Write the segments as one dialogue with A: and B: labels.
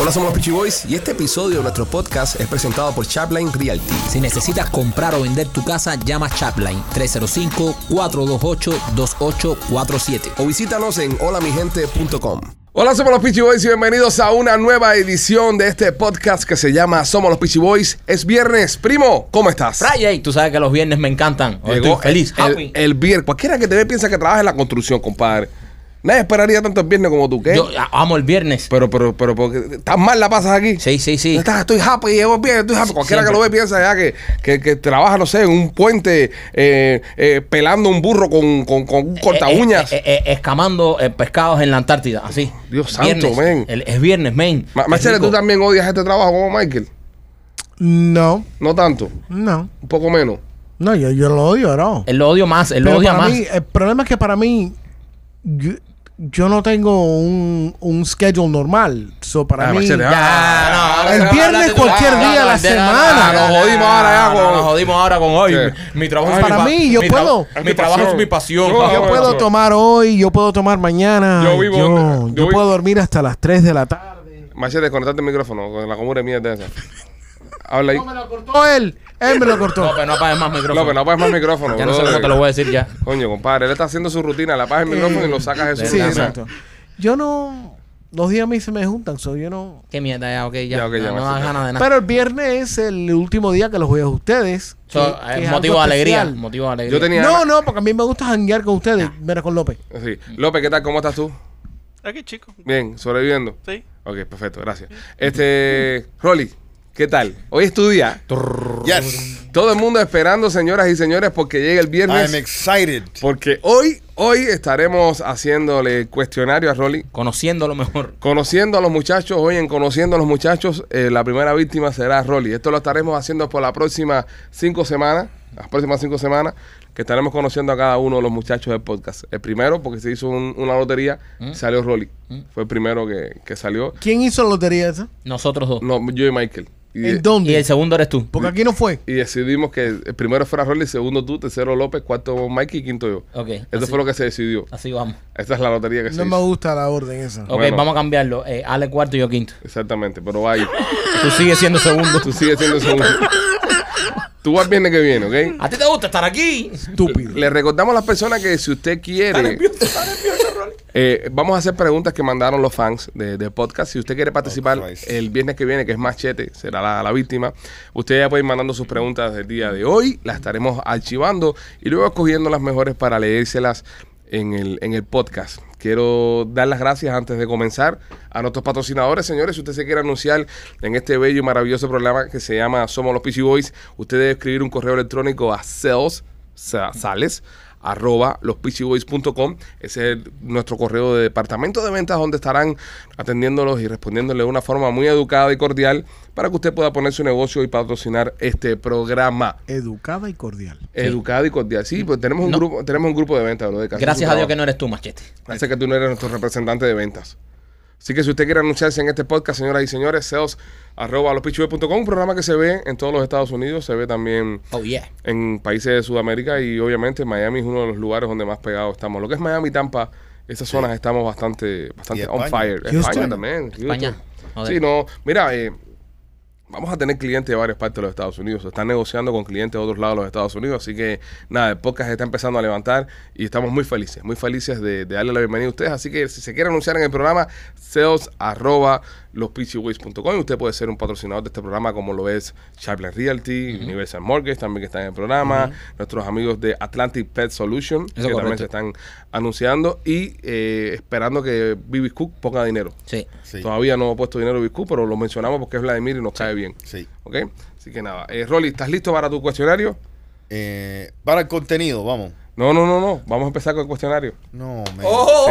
A: Hola, somos los Peachy Boys y este episodio de nuestro podcast es presentado por Chapline Realty.
B: Si necesitas comprar o vender tu casa, llama Chapline 305-428-2847.
A: O visítanos en holamigente.com. Hola, somos los Peachy Boys y bienvenidos a una nueva edición de este podcast que se llama Somos los Peachy Boys. Es viernes, primo, ¿cómo estás?
C: Friday, tú sabes que los viernes me encantan. Hoy
A: Llegó
C: estoy feliz,
A: el,
C: happy.
A: el, el viernes. Cualquiera que te ve piensa que trabaja en la construcción, compadre. Nadie esperaría tanto el viernes como tú, ¿qué?
C: Yo a- amo el viernes.
A: Pero, pero, pero, porque tan mal la pasas aquí.
C: Sí, sí, sí.
A: Estás, estoy happy, llego bien, estoy happy. Cualquiera que
C: Siempre.
A: lo ve piensa ya que, que, que trabaja, no sé, en un puente, eh, eh, pelando un burro con, con, con un corta
C: Eh, eh,
A: uñas.
C: eh, eh, escamando eh, pescados en la Antártida, así.
A: Dios santo, men.
C: man. Es viernes, men.
A: Ma-
C: Qué
A: Machete,
C: rico.
A: tú también odias este trabajo como Michael.
D: No,
A: No tanto,
D: no.
A: un poco menos.
D: No, yo, yo lo odio, ¿no?
C: Él lo odio más, él lo
D: Pero
C: odia
D: para
C: más.
D: mí, el problema es que para mí, yo, yo no tengo un, un schedule normal. So, para
A: Ah,
D: mí,
A: machete, ah.
D: El viernes, cualquier día de la semana.
C: Nos jodimos ahora ya con. Nos jodimos ahora con hoy.
A: Sí.
C: Mi- Mi trabajo es
D: Para
C: mi pa-
D: mí, yo
C: mi tra-
D: puedo.
A: Es mi
C: Mi trabajo es
A: pasión.
C: mi pasión.
A: Yo-
D: yo
A: bueno,
D: puedo
A: yo-
D: tomar hoy, yo puedo tomar mañana.
A: Yo vivo-
D: yo-
A: yo
D: yo
A: vi-
D: puedo dormir hasta las 3 de la tarde.
A: Machete, conectate el micrófono con la comura de mierda esa. Habla ahí.
D: Me lo cortó él. Él me lo cortó.
C: López, no apagues más micrófono.
A: López, no apagues más el micrófono.
C: Ya no sé
A: brother.
C: cómo te lo voy a decir ya.
A: Coño, compadre, él está haciendo su rutina, la apagas el micrófono y lo sacas de su
D: sí,
A: rutina.
D: exacto. Yo no. Los días a mí se me juntan, so yo no.
C: Qué mierda, ya, ok, ya.
A: Ya, ok, ya,
C: no
A: Machete.
C: das ganas de nada.
D: Pero el viernes es el último día que los veo a ustedes.
C: So,
D: que-
C: eh,
D: que es
C: motivo
D: algo
C: de alegría.
D: especial.
C: Motivo de alegría.
A: Yo tenía. Ah.
D: No, no, porque a mí me gusta janguear con ustedes. Mira, con López.
A: Sí. López, ¿qué tal? ¿Cómo estás tú?
E: Aquí, chico.
A: Bien, sobreviviendo.
E: Sí.
A: Ok, perfecto, gracias. Este, Rolly, ¿qué tal? Hoy es tu día.
F: Yes.
A: Todo el mundo esperando, señoras y señores, porque llega el viernes.
F: I'm excited.
A: Porque hoy, hoy estaremos haciéndole el cuestionario a Rolly.
C: Conociendo lo mejor.
A: Conociendo a los muchachos, hoy en Conociendo a los muchachos, eh, la primera víctima será Rolly. Esto lo estaremos haciendo por las próximas cinco semanas, las próximas cinco semanas, que estaremos conociendo a cada uno de los muchachos del podcast. El primero, porque se hizo un- una lotería, salió Rolly. Fue el primero que, que salió.
D: ¿Quién hizo la lotería esa?
C: Nosotros dos.
A: No, yo y Michael. Y,
D: ¿En
C: Y el
D: dónde?
C: segundo eres tú.
D: Porque aquí no fue.
A: y decidimos que el primero fuera Rolly, segundo tú, tercero López, cuarto Mike y quinto yo.
C: Ok,
A: Eso
C: así. Ah.
A: fue lo que se decidió.
C: Así vamos.
A: Esta es la lotería que se
D: No me
A: hizo.
D: gusta la orden esa.
C: Ok,
A: Bueno.
C: vamos a cambiarlo. Eh, Ale cuarto y yo quinto.
A: Exactamente, pero va ahí.
C: Tú sigues siendo segundo.
A: Tú sigues siendo segundo. Tú vas viernes que viene, ¿ok?
C: ¿A ti te gusta estar aquí?
D: Estúpido.
A: Le recordamos a las personas que si usted quiere, eh, vamos a hacer preguntas que mandaron los fans de, del podcast. Si usted quiere participar
F: Oh, Christ.
A: el viernes que viene, que es Machete, será la, la víctima, usted ya puede ir mandando sus preguntas del día de hoy, las estaremos archivando y luego escogiendo las mejores para leérselas en el, en el podcast. Quiero dar las gracias antes de comenzar a nuestros patrocinadores, señores. Si usted se quiere anunciar en este bello y maravilloso programa que se llama Somos los Peachy Boys, usted debe escribir un correo electrónico a sales, sa- sales arroba lospitchyboys.com. Ese es el- nuestro correo de departamento de ventas donde estarán atendiéndolos y respondiéndoles de una forma muy educada y cordial para que usted pueda poner su negocio y patrocinar este programa.
D: Educada y cordial.
A: Educado y cordial. Sí, pues tenemos un
C: No.
A: grupo, tenemos un grupo de ventas, bro, de que hace
C: Gracias
A: su
C: a Dios
A: trabajo.
C: que no eres tú, machete.
A: Parece que tú no eres nuestro representante de ventas. Así que si usted quiere anunciarse en este podcast, señoras y señores, sales arroba lospitchyboys.com, un programa que se ve en todos los Estados Unidos, se ve también
C: Oh, yeah.
A: en países de Sudamérica y obviamente Miami es uno de los lugares donde más pegados estamos. Lo que es Miami y Tampa, esas zonas estamos bastante, bastante
F: Y
A: on
F: España.
A: fire.
D: Houston.
A: España también.
C: España.
A: Houston.
C: Joder.
A: Sí, no. Mira, eh, vamos a tener clientes de varias partes de los Estados Unidos. Se Están negociando con clientes de otros lados de los Estados Unidos. Así que nada, el podcast está empezando a levantar y estamos muy felices, muy felices de, de darle la bienvenida a ustedes. Así que si se quiere anunciar en el programa, seos arroba lospitchyways.com. Usted puede ser un patrocinador de este programa como lo es Chaplin Realty, Universal Mortgage también que están en el programa, nuestros amigos de Atlantic Pet Solution que también
C: correcto.
A: se están anunciando y eh, esperando que Bibis Cook ponga dinero.
C: Sí.
F: Sí.
A: Todavía no ha puesto dinero Biscu, pero lo mencionamos porque es Vladimir y nos cae bien.
F: Sí.
A: ¿Ok? Así que nada. Eh, Rolly, ¿estás listo para tu cuestionario?
F: Eh, para el contenido, vamos.
A: No, no, no, no. Vamos a empezar con el cuestionario.
F: No, man.
C: ¡Oh!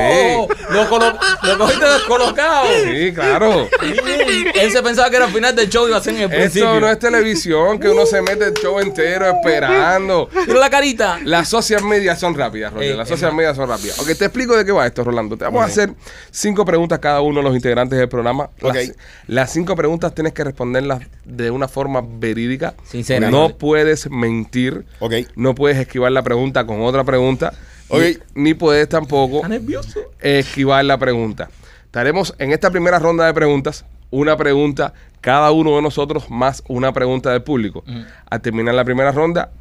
A: Sí.
C: Lo, colo- lo cogiste descolocado.
A: Sí, claro.
C: Él se pensaba que era el final del show y iba a ser en el
A: Esto
C: principio.
A: no es televisión, que uno se mete el show entero esperando.
C: Mira la carita.
A: Las social media son rápidas, Rolly.
C: Eh,
A: Las
C: es
A: social
C: más.
A: media son rápidas. Ok, te explico de qué va esto, Rolando. Te vamos a
F: Ok.
A: hacer cinco preguntas cada uno de los integrantes del programa. Las,
F: Ok.
A: las cinco preguntas tienes que responderlas de una forma verídica.
C: Sincera,
A: No
C: Rolly.
A: puedes mentir.
F: Ok.
A: No puedes esquivar la pregunta con otra pregunta.
F: Ok.
A: Ni, ni puedes tampoco
C: Ah, Está nervioso.
A: esquivar la pregunta. Estaremos en esta primera ronda de preguntas. una pregunta cada uno de nosotros más una pregunta del público. Al terminar la primera ronda,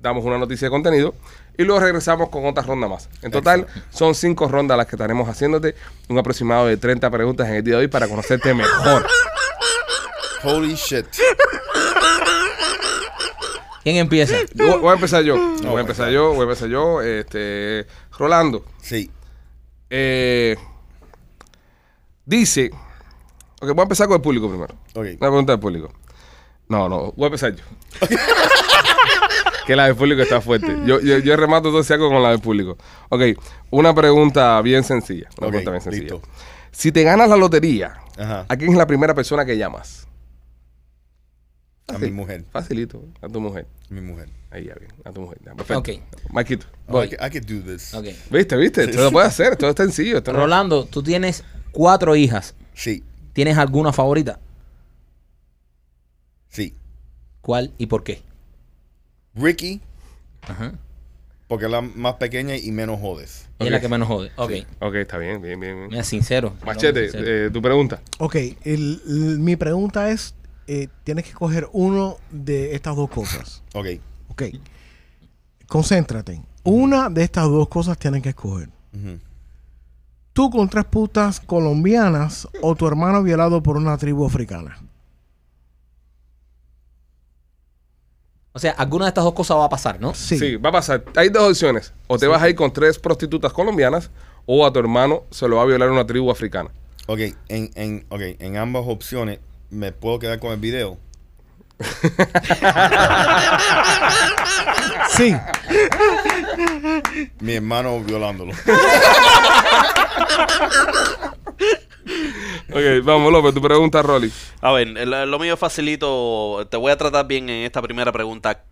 A: damos una noticia de contenido y luego regresamos con otra ronda más. En total, son cinco rondas las que estaremos haciéndote, un aproximado de 30 preguntas en el día de hoy para conocerte mejor.
F: Holy shit.
C: ¿Quién empieza?
A: Voy voy a empezar yo, voy a empezar yo, voy a empezar yo. Este, Rolando,
F: Sí.
A: eh, dice... Ok, voy a empezar con el público primero.
F: Ok.
A: Una pregunta del público. No, no, voy a empezar yo. que la del público está fuerte. Yo, yo, yo remato todo ese algo con la del público. Ok, una pregunta bien sencilla. Una
F: Ok,
A: pregunta bien sencilla.
F: listo.
A: Si te ganas la lotería,
F: Ajá.
A: ¿a quién es la primera persona que llamas?
F: A mi mujer.
A: Facilito, a tu mujer.
F: A mi mujer.
A: Ahí ya bien, a tu mujer. Ya, perfecto.
C: Ok.
A: Marquito.
F: Oh, I, can, I can do this.
C: Ok.
A: ¿Viste, viste? Esto lo puedes hacer, todo es sencillo. esto no-
C: Rolando, tú tienes cuatro hijas.
F: Sí.
C: ¿Tienes alguna favorita?
F: Sí.
C: ¿Cuál y por qué?
F: Ricky,
C: Ajá.
F: porque es la más pequeña y menos jodes.
C: Y es la que menos jode. Ok.
A: Ok, está bien, bien, bien. bien.
C: Mira, sincero.
A: Machete,
C: Sincero.
A: eh, tu pregunta.
D: Ok, el- el- mi pregunta es, eh, tienes que coger uno de estas dos cosas.
F: Ok.
D: Ok, concéntrate. Una de estas dos cosas tienes que escoger.
F: Ujú.
D: Tú con tres putas colombianas o tu hermano violado por una tribu africana.
C: O sea, alguna de estas dos cosas va a pasar, ¿no?
D: Sí.
A: Sí, va a pasar. Hay dos opciones. O te vas a ir con tres prostitutas colombianas o a tu hermano se lo va a violar una tribu africana.
F: Ok. En, en, ok. En ambas opciones, ¿me puedo quedar con el video?
D: Sí.
F: Mi hermano violándolo.
A: Ok, vamos López, tu pregunta, Rolly.
E: A ver, el- lo mío es facilito. Te voy a tratar bien en esta primera pregunta.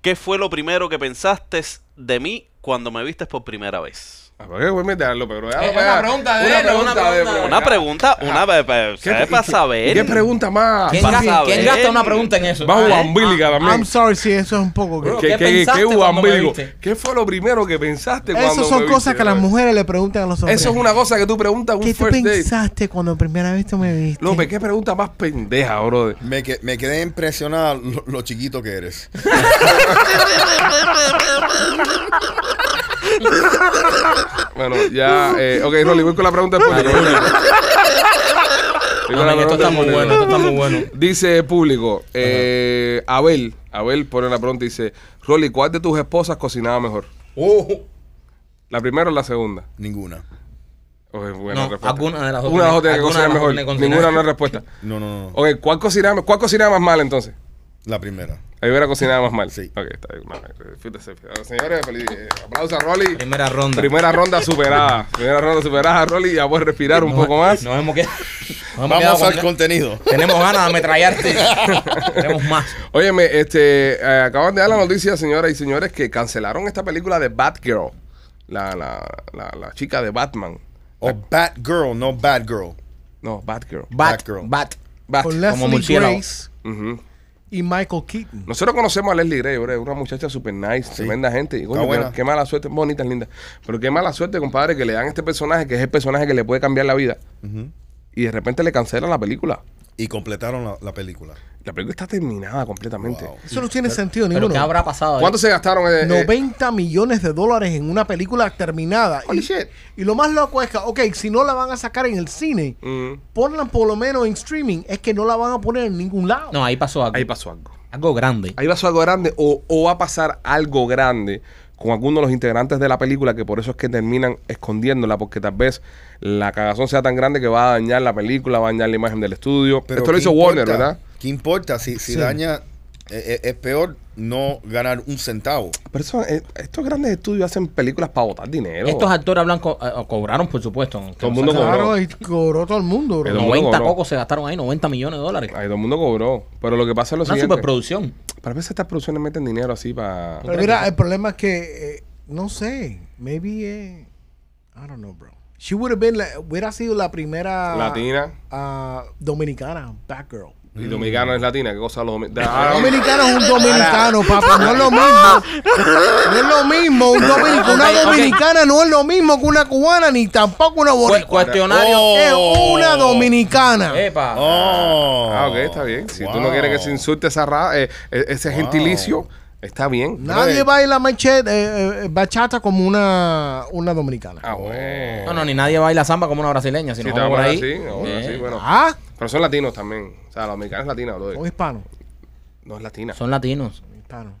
E: ¿Qué fue lo primero que pensaste de mí cuando me vistes por primera vez?
A: Ah, ¿Por qué voy a meter a López, bro? Ya,
C: Es
A: López,
C: Eh, una
A: ya.
C: pregunta de él,
A: Una
C: una
A: pregunta de
C: pregunta.
A: bro.
E: Una pregunta, una vez, pues,
A: ¿Qué-
E: para
A: qué-
E: saber.
A: ¿Qué pregunta más?
C: ¿Quién,
E: Vas a
C: gasta, quién
E: ver.
C: gasta una pregunta en eso?
A: Bajo
C: Ah,
A: Bambilica también.
D: I'm sorry si eso es un poco...
C: Bro,
A: ¿Qué,
C: ¿qué
A: qué, qué,
C: pensaste
A: qué
C: cuando me
A: guambilico?
C: viste?
A: ¿Qué fue lo primero que pensaste cuando
D: Esas son
A: me
D: cosas
A: viste,
D: que las
A: bro?
D: mujeres le preguntan a los hombres.
A: Eso es una cosa que tú preguntas un
D: ¿Qué tú
A: first date.
D: pensaste cuando primera vez tú me viste?
A: López, qué pregunta más pendeja, brother.
F: Me, que- me quedé impresionado lo, lo chiquito que eres.
A: Bueno, ya. Eh, ok, Rolly, voy con la pregunta del público. Voy con
C: No,
A: la
C: men,
A: pregunta
C: esto está
A: del
C: muy bueno,
A: público.
C: esto está muy bueno.
A: Dice el público, eh, Abel, Abel pone la pregunta y dice, Rolly, ¿cuál de tus esposas cocinaba mejor?
F: Oh.
A: ¿La primera o la segunda?
F: Ninguna.
A: Ok, buena
C: No,
A: respuesta.
C: alguna de las dos
A: Una de las dos tiene
C: tiene-
A: que
C: alguna de
A: cocinar
C: las dos
A: mejor.
C: tiene que cocinar.
A: Ninguna no es respuesta.
F: No, no, no.
A: Ok, ¿cuál cocinaba, cuál cocinaba más mal entonces?
F: La primera.
A: La primera cocinaba más mal.
F: Sí.
A: Ok, está bien. Bueno, eh, fíjate, fíjate. Señores, feliz. eh, Aplausos a Rolly.
C: Primera ronda.
A: Primera ronda superada. Primera ronda superada, Rolly. Ya puedes respirar un poco más.
C: Nos hemos quedado. nos hemos quedado
F: Vamos
C: con
F: al contenido.
C: Tenemos ganas de ametrallarte. Tenemos más.
A: Óyeme, este, eh, acaban de dar la noticia, señoras y señores, que cancelaron esta película de Batgirl, la, la, la, la chica de Batman.
F: O Batgirl, no Batgirl.
A: No, Batgirl.
C: Bat,
F: Batgirl.
C: bat.
A: Bat.
D: Con Leslie
C: murciélago.
D: Grace
A: Ujú.
D: y Michael Keaton.
A: Nosotros conocemos a Leslie Gray, bro, es una muchacha super nice, tremenda gente. Y, coño,
F: Está
A: qué,
F: buena.
A: qué mala suerte, bonita, linda. Pero qué mala suerte, compadre, que le dan este personaje, que es el personaje que le puede cambiar la vida. Y de repente le cancelan la película.
F: Y completaron la, la película.
A: La película está terminada completamente.
F: Wow.
D: Eso no tiene sentido
C: ¿Pero
D: ninguno.
C: qué habrá pasado? ahí?
A: ¿Cuánto se gastaron? eh, eh?
D: 90 millones de dólares en una película terminada.
A: Holy
D: y,
A: shit.
D: y lo más loco es que, ok, si no la van a sacar en el cine,
A: Mm.
D: ponla por lo menos en streaming. Es que no la van a poner en ningún lado.
C: No, ahí pasó algo.
A: Ahí pasó algo.
C: Algo grande.
A: ahí va a ser algo grande o, o va a pasar algo grande con alguno de los integrantes de la película que por eso es que terminan escondiéndola porque tal vez la cagazón sea tan grande que va a dañar la película, va a dañar la imagen del estudio. Esto lo
F: ¿qué
A: hizo
F: importa?
A: Warner, ¿verdad?
F: ¿Qué importa? Si, si
D: Sí.
F: daña, eh, eh, es peor no ganar un centavo.
A: Pero eso, eh, estos grandes estudios hacen películas para botar dinero.
C: Estos actores blancos eh, cobraron, por supuesto. aunque
A: Todo el
C: no
A: mundo
C: sacaron.
A: cobró.
D: claro, y cobró todo el mundo, bro.
A: Pero-
C: 90
A: cobró.
C: cocos se gastaron ahí, 90 millones de dólares.
A: Ahí todo el mundo cobró. Pero lo que pasa es lo
C: Una
A: siguiente.
C: superproducción.
A: Para veces estas producciones meten dinero así para...
D: Pero mira, el problema es que, eh, no sé, maybe, eh, I don't know, bro. She would have been, la- hubiera sido la primera
A: Latina.
D: ah, dominicana, Batgirl.
A: Y dominicano es latina, qué cosa lo domi- Ah,
C: Ah.
A: da-
D: Dominicano es un dominicano, papá. No es lo mismo. No es lo mismo. Un dominic- una
C: Ok, ok.
D: dominicana no es lo mismo que una cubana, ni tampoco una
C: Cu-
D: boricua.
C: cuestionario. Eh,
F: Oh.
D: Es una dominicana.
C: Epa.
F: Oh.
A: Ah, ok, está bien. Si tú no quieres que se insulte esa ra- eh, eh, ese gentilicio, está bien.
D: Nadie baila machete, eh, eh, bachata como una, una dominicana.
A: Ah, bueno.
C: No, no, ni nadie baila samba como una brasileña,
A: Si
C: sino
A: te
C: como
A: vamos
C: por
A: a
C: ahí.
A: así, ahora
C: Eh,
A: sí, bueno.
D: Ah,
A: Pero son latinos también. O sea, la dominicana es latina, bro.
D: un hispano.
A: No es latina.
C: Son latinos.
D: Un hispano.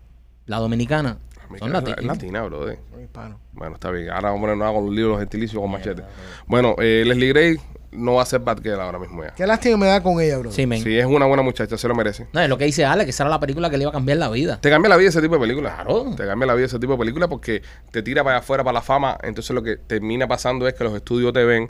C: La dominicana.
A: La dominicana es
C: Son
A: la-
C: latinos.
A: es latina, bro.
D: Un hispano.
A: Bueno, está bien. Ahora, hombre, no hago los libros gentilicios con machete. Bueno, eh, Leslie Gray no va a ser Batgirl ahora mismo ya.
D: Qué lástima me da con ella, bro.
C: Sí, men.
A: Si es una buena muchacha, se lo merece.
C: No, es lo que dice Ale, que esa era la película que le iba a cambiar la vida.
A: Te cambia la vida ese tipo de película.
C: Claro.
A: Te cambia la vida ese tipo de película porque te tira para afuera, para la fama. Entonces lo que termina pasando es que los estudios te ven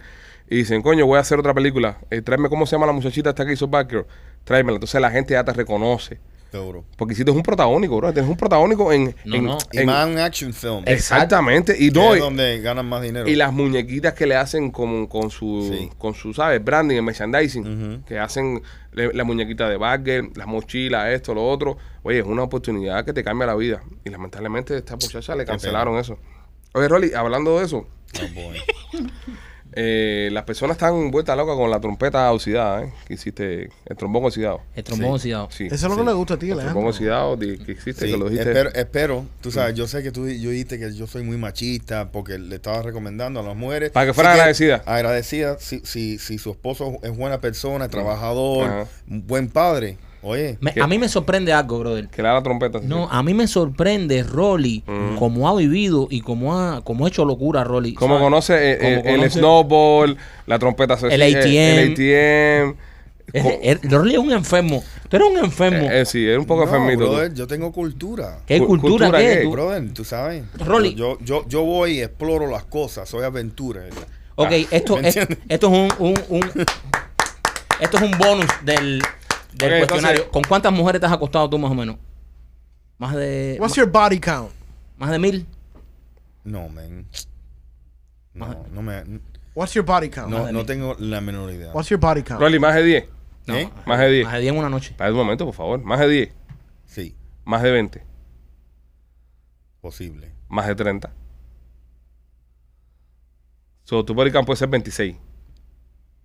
A: y dicen, coño, voy a hacer otra película. Eh, tráeme cómo se llama la muchachita esta que hizo Batgirl. Tráemela. Entonces la gente ya te reconoce.
F: Seguro.
A: Porque hiciste un protagónico, bro. Tienes un protagónico en...
C: No,
A: en-
C: no.
F: Y
A: en-
F: más un action film.
C: Ex-
A: exactamente. Y
F: que
A: no,
F: es
A: y-
F: donde ganan más dinero.
A: y las muñequitas que le hacen con, con su,
F: Sí.
A: con su, ¿sabes? Branding, el merchandising. Que hacen le- la muñequita de Bagger, las mochilas, esto, lo otro. Oye, es una oportunidad que te cambia la vida. Y lamentablemente a esta muchacha le
F: Qué
A: cancelaron eso. Oye, Rolly, hablando de eso,
F: Oh, boy.
A: eh, las personas están vueltas locas con la trompeta oxidada, ¿eh? Que hiciste, el trombón oxidado.
C: El trombón oxidado.
A: Sí.
D: Eso es lo que le gusta a ti,
A: el trombón
D: Alejandro.
A: oxidado di- que hiciste,
F: Sí,
A: que lo dijiste.
F: Espero, espero, tú sabes, yo sé que tú yo dijiste que yo soy muy machista porque le estaba recomendando a las mujeres.
A: Para que fueran
F: Sí
A: agradecidas.
F: Agradecidas, si, si, si su esposo es buena persona, trabajador,
A: Mm. Ajá.
F: un buen padre. Oye,
C: Me-
A: ¿Qué?
C: a mí me sorprende algo, brother.
A: Que le da la trompeta.
C: No, a mí me sorprende Rolly,
A: Mm.
C: cómo ha vivido y cómo ha, cómo ha hecho locura Rolly.
A: Como
C: ¿sabes?
A: conoce eh,
C: Como
A: eh, el
C: conoce-
A: snowball, la trompeta asesina,
C: El ATM.
A: el ATM.
C: Es-
A: Co-
C: es- Rolly es un enfermo. Tú eres un enfermo.
A: Eh, eh, sí, era un poco
F: no,
A: enfermito. tú.
F: brother, yo tengo cultura.
C: ¿Qué
A: cu-
C: cultura,
A: cultura
C: que
A: gay,
C: tú?
F: Brother, tú sabes.
C: Rolly.
F: Yo, yo, yo voy y exploro las cosas, soy aventura.
C: Ok,
A: Ah,
C: esto,
F: ¿me
C: es,
F: entiendes?
C: esto es un, un- un- esto es un bonus del, del
A: Ok,
C: cuestionario.
A: entonces-
C: ¿Con cuántas mujeres te has acostado tú más o menos? Más de
D: What's your body count?
C: más de mil.
F: No, man. No, no me.
D: What's your body count?
F: No, no tengo la menor idea.
D: What's your body count?
A: Rolly, más de 10.
C: No,
F: ¿Eh?
A: Más de 10.
C: Más de diez en una noche.
A: Para un momento, por favor. Más de 10.
F: Sí,
A: Más de 20.
F: posible.
A: Más de 30. So, tu body count puede ser 26.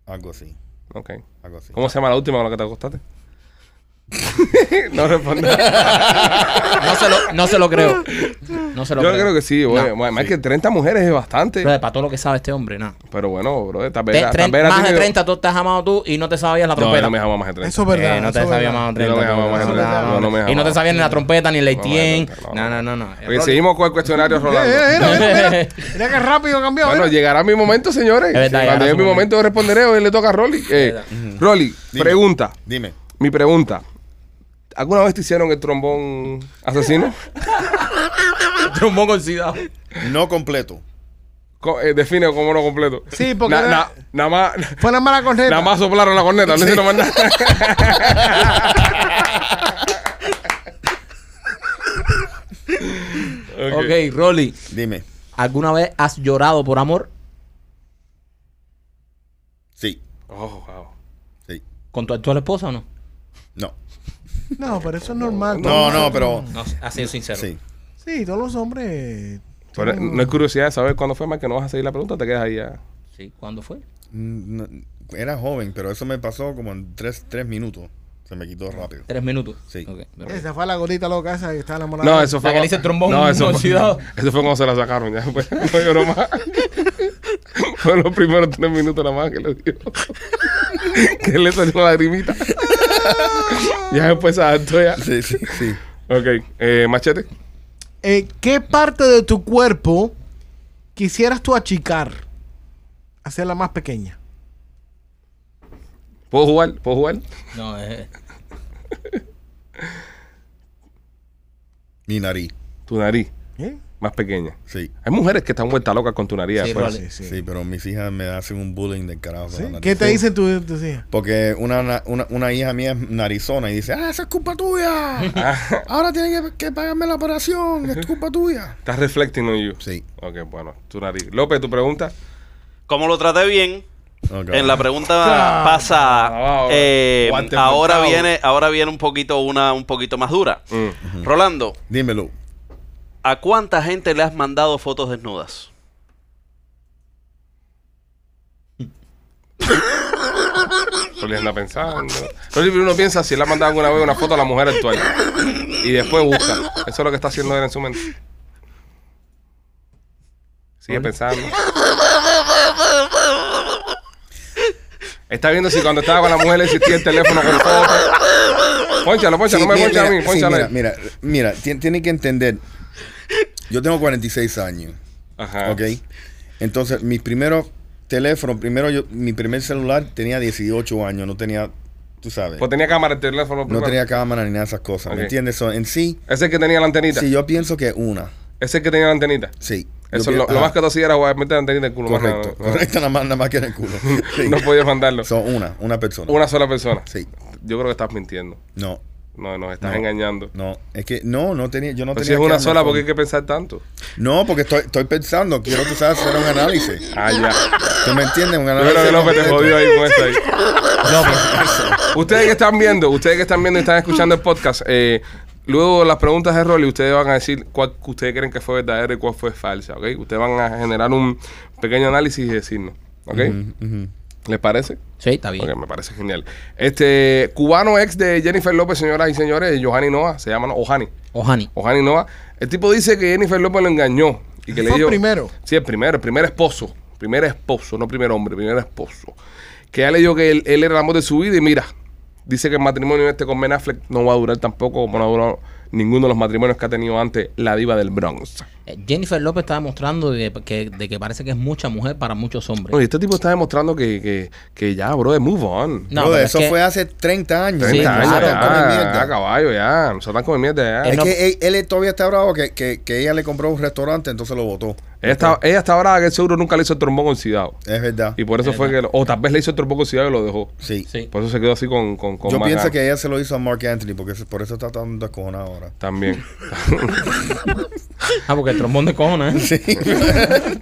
F: Algo así.
A: Ok.
F: Algo así.
A: ¿Cómo se llama la última con la que te acostaste? no responde.
C: No se lo, no se lo creo. No se
A: Yo
C: lo creo.
A: creo que sí, güey.
C: No.
A: Bueno, Más que 30 mujeres es bastante.
C: Brother, para todo lo que sabe este hombre, nada.
A: Pero bueno, bro, tal
C: Te-
A: vez.
C: tren-
A: tal vez a ti
C: más de
A: que-
C: 30 tú te has amado tú y no te sabías la
A: No, yo
C: trompeta.
A: no me llamo más de 30.
D: Eso es verdad.
C: Eh, no
D: eso
C: te
D: es
C: sabías
D: verdad.
C: más de
A: Yo no
C: 30.
A: me
C: tú,
A: llamaba más de
C: no te
A: 30,
C: llamaba.
A: yo no me
C: Y no
A: llamaba.
C: te sabías ni la trompeta ni el
A: No,
C: ATM.
A: no, no,
C: No, no, no. no.
A: Oye, seguimos con el cuestionario, Rolando.
D: Eh, eh, mira, mira, mira. Mira qué rápido cambió.
A: Bueno,
D: mira.
A: llegará mi momento, señores.
C: Es verdad,
A: Cuando
C: llegará
A: llegue
C: su
A: mi momento, responderé. Hoy le toca a Rolly. Eh, Rolly,
F: Dime.
A: pregunta.
F: Dime.
A: Mi pregunta. ¿Alguna vez te hicieron el trombón asesino?
C: Trombón oxidado.
F: No completo.
A: Co- eh, define como no completo.
D: Sí, porque
A: Na-
D: era-
A: na- Nada más.
D: Fue la mala corneta.
A: Nada más soplaron la corneta, no hicieron más nada. Ok.
C: ok, Rolly.
F: Dime.
C: ¿Alguna vez has llorado por amor?
F: Sí.
A: Oh, wow.
F: Sí.
C: ¿Con tu actual esposa o no?
F: No.
D: No, pero eso es normal.
F: No, no, pero.
C: No, ha sido sincero.
F: Sí.
D: Sí, todos los hombres.
A: Pero
D: tienen-
A: no hay curiosidad de saber cuándo fue más que no vas a seguir la pregunta, te quedas ahí ya.
C: Sí, ¿Cuándo fue?
F: Mm, no, Era joven, pero eso me pasó como en tres, tres minutos. Se me quitó rápido.
C: Tres minutos.
F: Sí.
C: Ok.
D: Esa fue la gordita loca esa que estaba enamorada.
A: No, eso fue.
C: La que le hice el trombón
A: no, eso fue,
C: oxidado.
A: eso fue cuando se la sacaron ya. pues, no lloró más. Fue los primeros tres minutos nada más que le dio. que le salió la lagrimita. ya después se adaptó ya.
F: Sí, sí, sí.
A: Ok, eh, machete.
D: Eh, ¿Qué parte de tu cuerpo quisieras tú achicar? Hacerla más pequeña.
A: ¿Puedo jugar? ¿Puedo jugar?
C: No, es...
F: Mi nariz.
A: Tu nariz,
D: ¿Eh?
A: más pequeña.
F: Sí,
A: Hay mujeres que están vueltas locas con tu nariz. pues.
C: Sí,
A: afuera.
C: Rolly.
D: Sí, sí.
F: Pues, sí, pero mis hijas me hacen un bullying del carajo. con
D: ¿Sí?
F: la nariz.
D: ¿Qué te dicen tu- tus hijas?
F: Porque una, na- una, una hija mía es narizona y dice, ah, esa es culpa tuya.
A: Ah,
F: Ahora tienes que, que pagarme la operación, es culpa tuya.
A: Estás reflecting on you.
F: Sí.
A: Ok, bueno, tu nariz. López, tu pregunta.
E: Como lo traté bien,
F: Ok.
E: en la pregunta
A: Ah,
E: pasa.
A: ah,
E: eh,
A: guante
E: ahora
A: marcado.
E: viene, ahora viene un poquito una, un poquito más dura.
A: Mm.
E: Rolando,
F: Dímelo.
E: ¿a cuánta gente le has mandado fotos desnudas?
A: Rolly anda pensando. Rolly primero piensa si le ha mandado alguna vez una foto a la mujer actual. Y después busca. Eso es lo que está haciendo él en su mente. Sigue pensando. Está viendo si cuando estaba con la mujer le existía el teléfono con foto. Ponchalo, ponchalo,
F: Sí,
A: no me ponches
F: mira,
A: a
F: mira,
A: mí,
F: sí,
A: ponchalo.
F: mira, mira, mira, tien- tienen que entender. Yo tengo 46 años,
A: Ajá.
F: ¿ok? Entonces, mis primeros teléfonos, primero yo, mi primer celular tenía 18 años, no tenía, tú sabes,
A: Pues tenía cámara el teléfono.
F: no
A: primero.
F: tenía cámara ni nada de esas cosas,
A: Ok.
F: ¿me entiendes? So, en sí,
A: Ese que tenía la antenita.
F: sí, yo pienso que una,
A: Ese que tenía la antenita.
F: sí. Yo
A: Eso,
F: pi-
A: lo, lo
F: ajá,
A: más que tú hacías era jugar, meter la antenita en el culo. más nada.
F: Correcto, correcto, nada más, nada más que en el culo. Sí.
A: No podías mandarlo.
F: Son una, una persona.
A: Una sola persona.
F: Sí,
A: Yo creo que estás mintiendo.
F: no,
A: No, nos estás
F: No.
A: engañando.
F: no, es que no, no tenía, yo no
A: Pero Pues si es
F: tenía
A: una
F: cámara,
A: sola, ¿por qué hay
F: son-
A: que pensar tanto?
F: No, porque estoy, estoy pensando, quiero tú sabes hacer un análisis.
A: Ah, ya.
F: ¿Tú me entiendes? Un
A: Yo creo que López te jodió ahí con eso ahí. Ustedes que están viendo, ustedes que están viendo y están escuchando el podcast, eh, luego las preguntas de Rolly, ustedes van a decir cuál que ustedes creen que fue verdadero y cuál fue falsa, ¿ok? Ustedes van a generar un pequeño análisis y decirnos, ¿ok? ¿Les parece?
C: Sí, está bien.
A: Porque me parece genial. Este cubano ex de Jennifer López, señoras y señores, Johanny Noah, se llama ¿no? Ohani.
C: Ohani.
A: Ohani Noah. El tipo dice que Jennifer López lo engañó. Y que le
D: Fue el
A: dio,
D: primero.
A: Sí, el primero, el primer esposo. Primer esposo, no primer hombre, primer esposo. Que ya le dijo que él, él era el amor de su vida y mira, dice que el matrimonio este con Ben Affleck no va a durar tampoco como no ha durado ninguno de los matrimonios que ha tenido antes la diva del Bronx.
C: Eh, Jennifer López está demostrando de que, de que parece que es mucha mujer para muchos hombres.
A: Oye, este tipo está demostrando que, que, que ya, bro, de move on.
C: No,
F: No,
C: pero es
F: eso
C: que-
F: fue hace 30 años.
A: 30 años,
C: claro,
A: ya,
F: come mierda.
A: ya, caballo, ya. No se están comiendo mierda, ya.
C: Eh,
F: Es
C: no-
F: que él, él todavía está bravo que, que- que ella le compró un restaurante, entonces lo votó.
A: Ella está, ella está brava que el seguro nunca le hizo el trombón oxidado.
F: Es verdad.
A: Y por eso fue que... lo- O tal vez le hizo el trombón oxidado y lo dejó.
F: Sí.
C: Sí.
A: Por eso se quedó así con... con, con
F: Yo
A: más
F: pienso
A: ganas.
F: que ella se lo hizo a Mark Anthony, porque es- por eso está tan descojonado ahora.
A: También.
C: Ah, porque el trombón de cojona, ¿eh?
F: Sí, sí,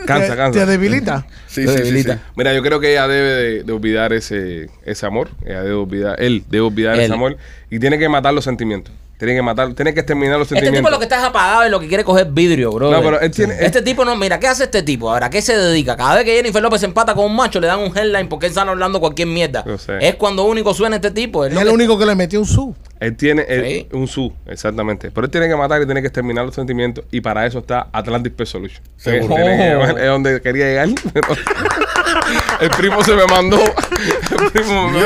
A: cansa,
D: Te-
A: cansa.
D: Te debilita.
F: sí, sí, sí.
A: Mira, yo creo que ella debe de, de olvidar ese, ese amor. Ella debe olvidar... Él debe olvidar
C: Él.
A: ese amor. Y tiene que matar los sentimientos. Tiene que matar... Tiene que exterminar los
C: Este tipo
A: sentimientos.
C: lo que está es apagado y lo que quiere es coger vidrio, bro.
A: No, pero él tiene-
C: Este tipo no, mira, ¿qué hace este tipo? Ahora, ¿qué se dedica? Cada vez que Jennifer López se empata con un macho, le dan un headline porque él sale hablando cualquier mierda.
A: Yo sé.
C: Es cuando único suena este tipo. Es
D: Es
C: lo
D: el
C: que-
D: único que le metió un sub.
A: Él tiene él-
C: Sí.
A: un su, exactamente. Pero él tiene que matar y tiene que exterminar los sentimientos. Y para eso está Atlantic Pest Solution.
F: Seguro.
A: Tiene que-
C: Oh.
A: es donde quería llegar. pero- el primo se me mandó. El primo me,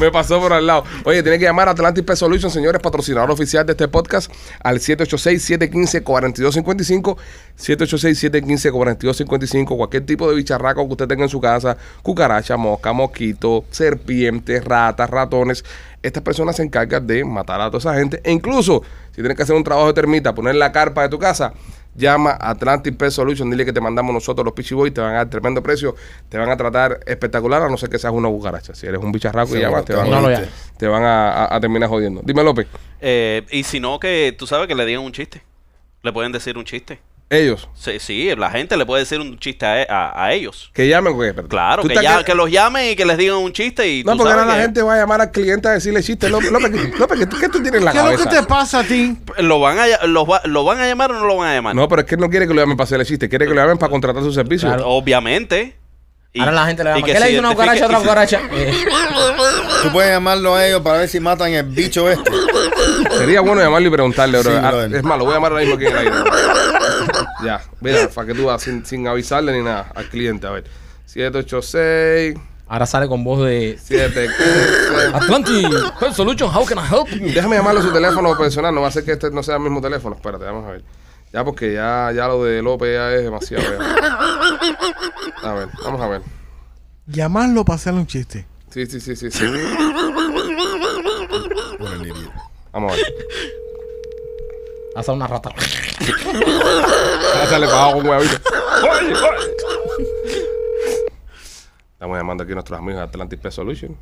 A: me pasó por al lado. Oye, tiene que llamar a Atlantic Pest Solution, señores, patrocinador oficial de este podcast, al 786-715-4255. 786-715-4255. Cualquier tipo de bicharraco que usted tenga en su casa, cucaracha, mosca, mosquito, serpientes, ratas, ratones. Estas personas se encargan de matar a toda esa gente. E incluso, si tienes que hacer un trabajo de termita, poner la carpa de tu casa, Llama a Atlantic Pest Solution, dile que te mandamos nosotros los Pichi Boys, te van a dar tremendo precio, te van a tratar espectacular, a no ser que seas una cucaracha. Si eres un bicharraco y
F: Seguro,
A: llamas, te
F: te
A: van,
C: No lo
A: a-
C: ya.
A: te van a, a- a terminar jodiendo. Dime, López,
E: Eh, y si no, que tú sabes que le digan un chiste. Le pueden decir un chiste.
A: ellos,
E: Sí, sí, la gente le puede decir un chiste a, e- a- a ellos.
A: que llamen. o qué? Espérate.
E: Claro,
A: ¿Tú
E: que,
A: estás
E: ya-
A: que-
E: que los llamen y que les digan un chiste y
A: No,
E: tú
A: porque
E: sabes
A: ahora la
E: que
A: gente va a llamar al cliente a decirle chiste. López, López, ¿qué- López, ¿qué, qué tú tienes en la
D: ¿Qué es lo que
A: cabeza?
D: te pasa a ti?
E: Lo van, a, ll- los va- lo van a llamar o no lo van a llamar.
A: No, pero es que él no quiere que lo llamen para hacerle chiste, quiere que lo llamen para contratar su servicio.
E: Obviamente. Y-
C: Ahora la gente le
E: y
C: va a
E: que
C: ¿Qué le
E: se
C: hizo una
E: identifique-
C: cucaracha a otra
E: y se-
C: cucaracha? Eh,
F: Tú puedes llamarlo a ellos para ver si matan el bicho este.
A: Sería bueno llamarle y preguntarle, bro.
F: Sí,
A: Ah,
F: brother.
A: es malo, voy a llamar ahora mismo aquí en el aire. ya, mira, para que tú vas sin, sin avisarle ni nada al cliente. A ver, 786,
C: Ahora sale con voz de
A: 715.
C: Atlantic Health Solution, how can I help you?
A: Déjame llamarlo a su teléfono personal, no va a ser que este no sea el mismo teléfono. Espérate, vamos a ver. Ya, porque ya, ya lo de López ya es demasiado. ya. A ver, vamos a ver.
D: Llamarlo para hacerle un chiste.
A: Sí, sí, sí, sí, sí.
F: Por el idiota.
A: Vamos a ver.
C: Hace una rata.
A: Ahora sale para abajo un huevito. ¡Oye, oye! Estamos llamando aquí a nuestros amigos de Atlantic Pest Solution.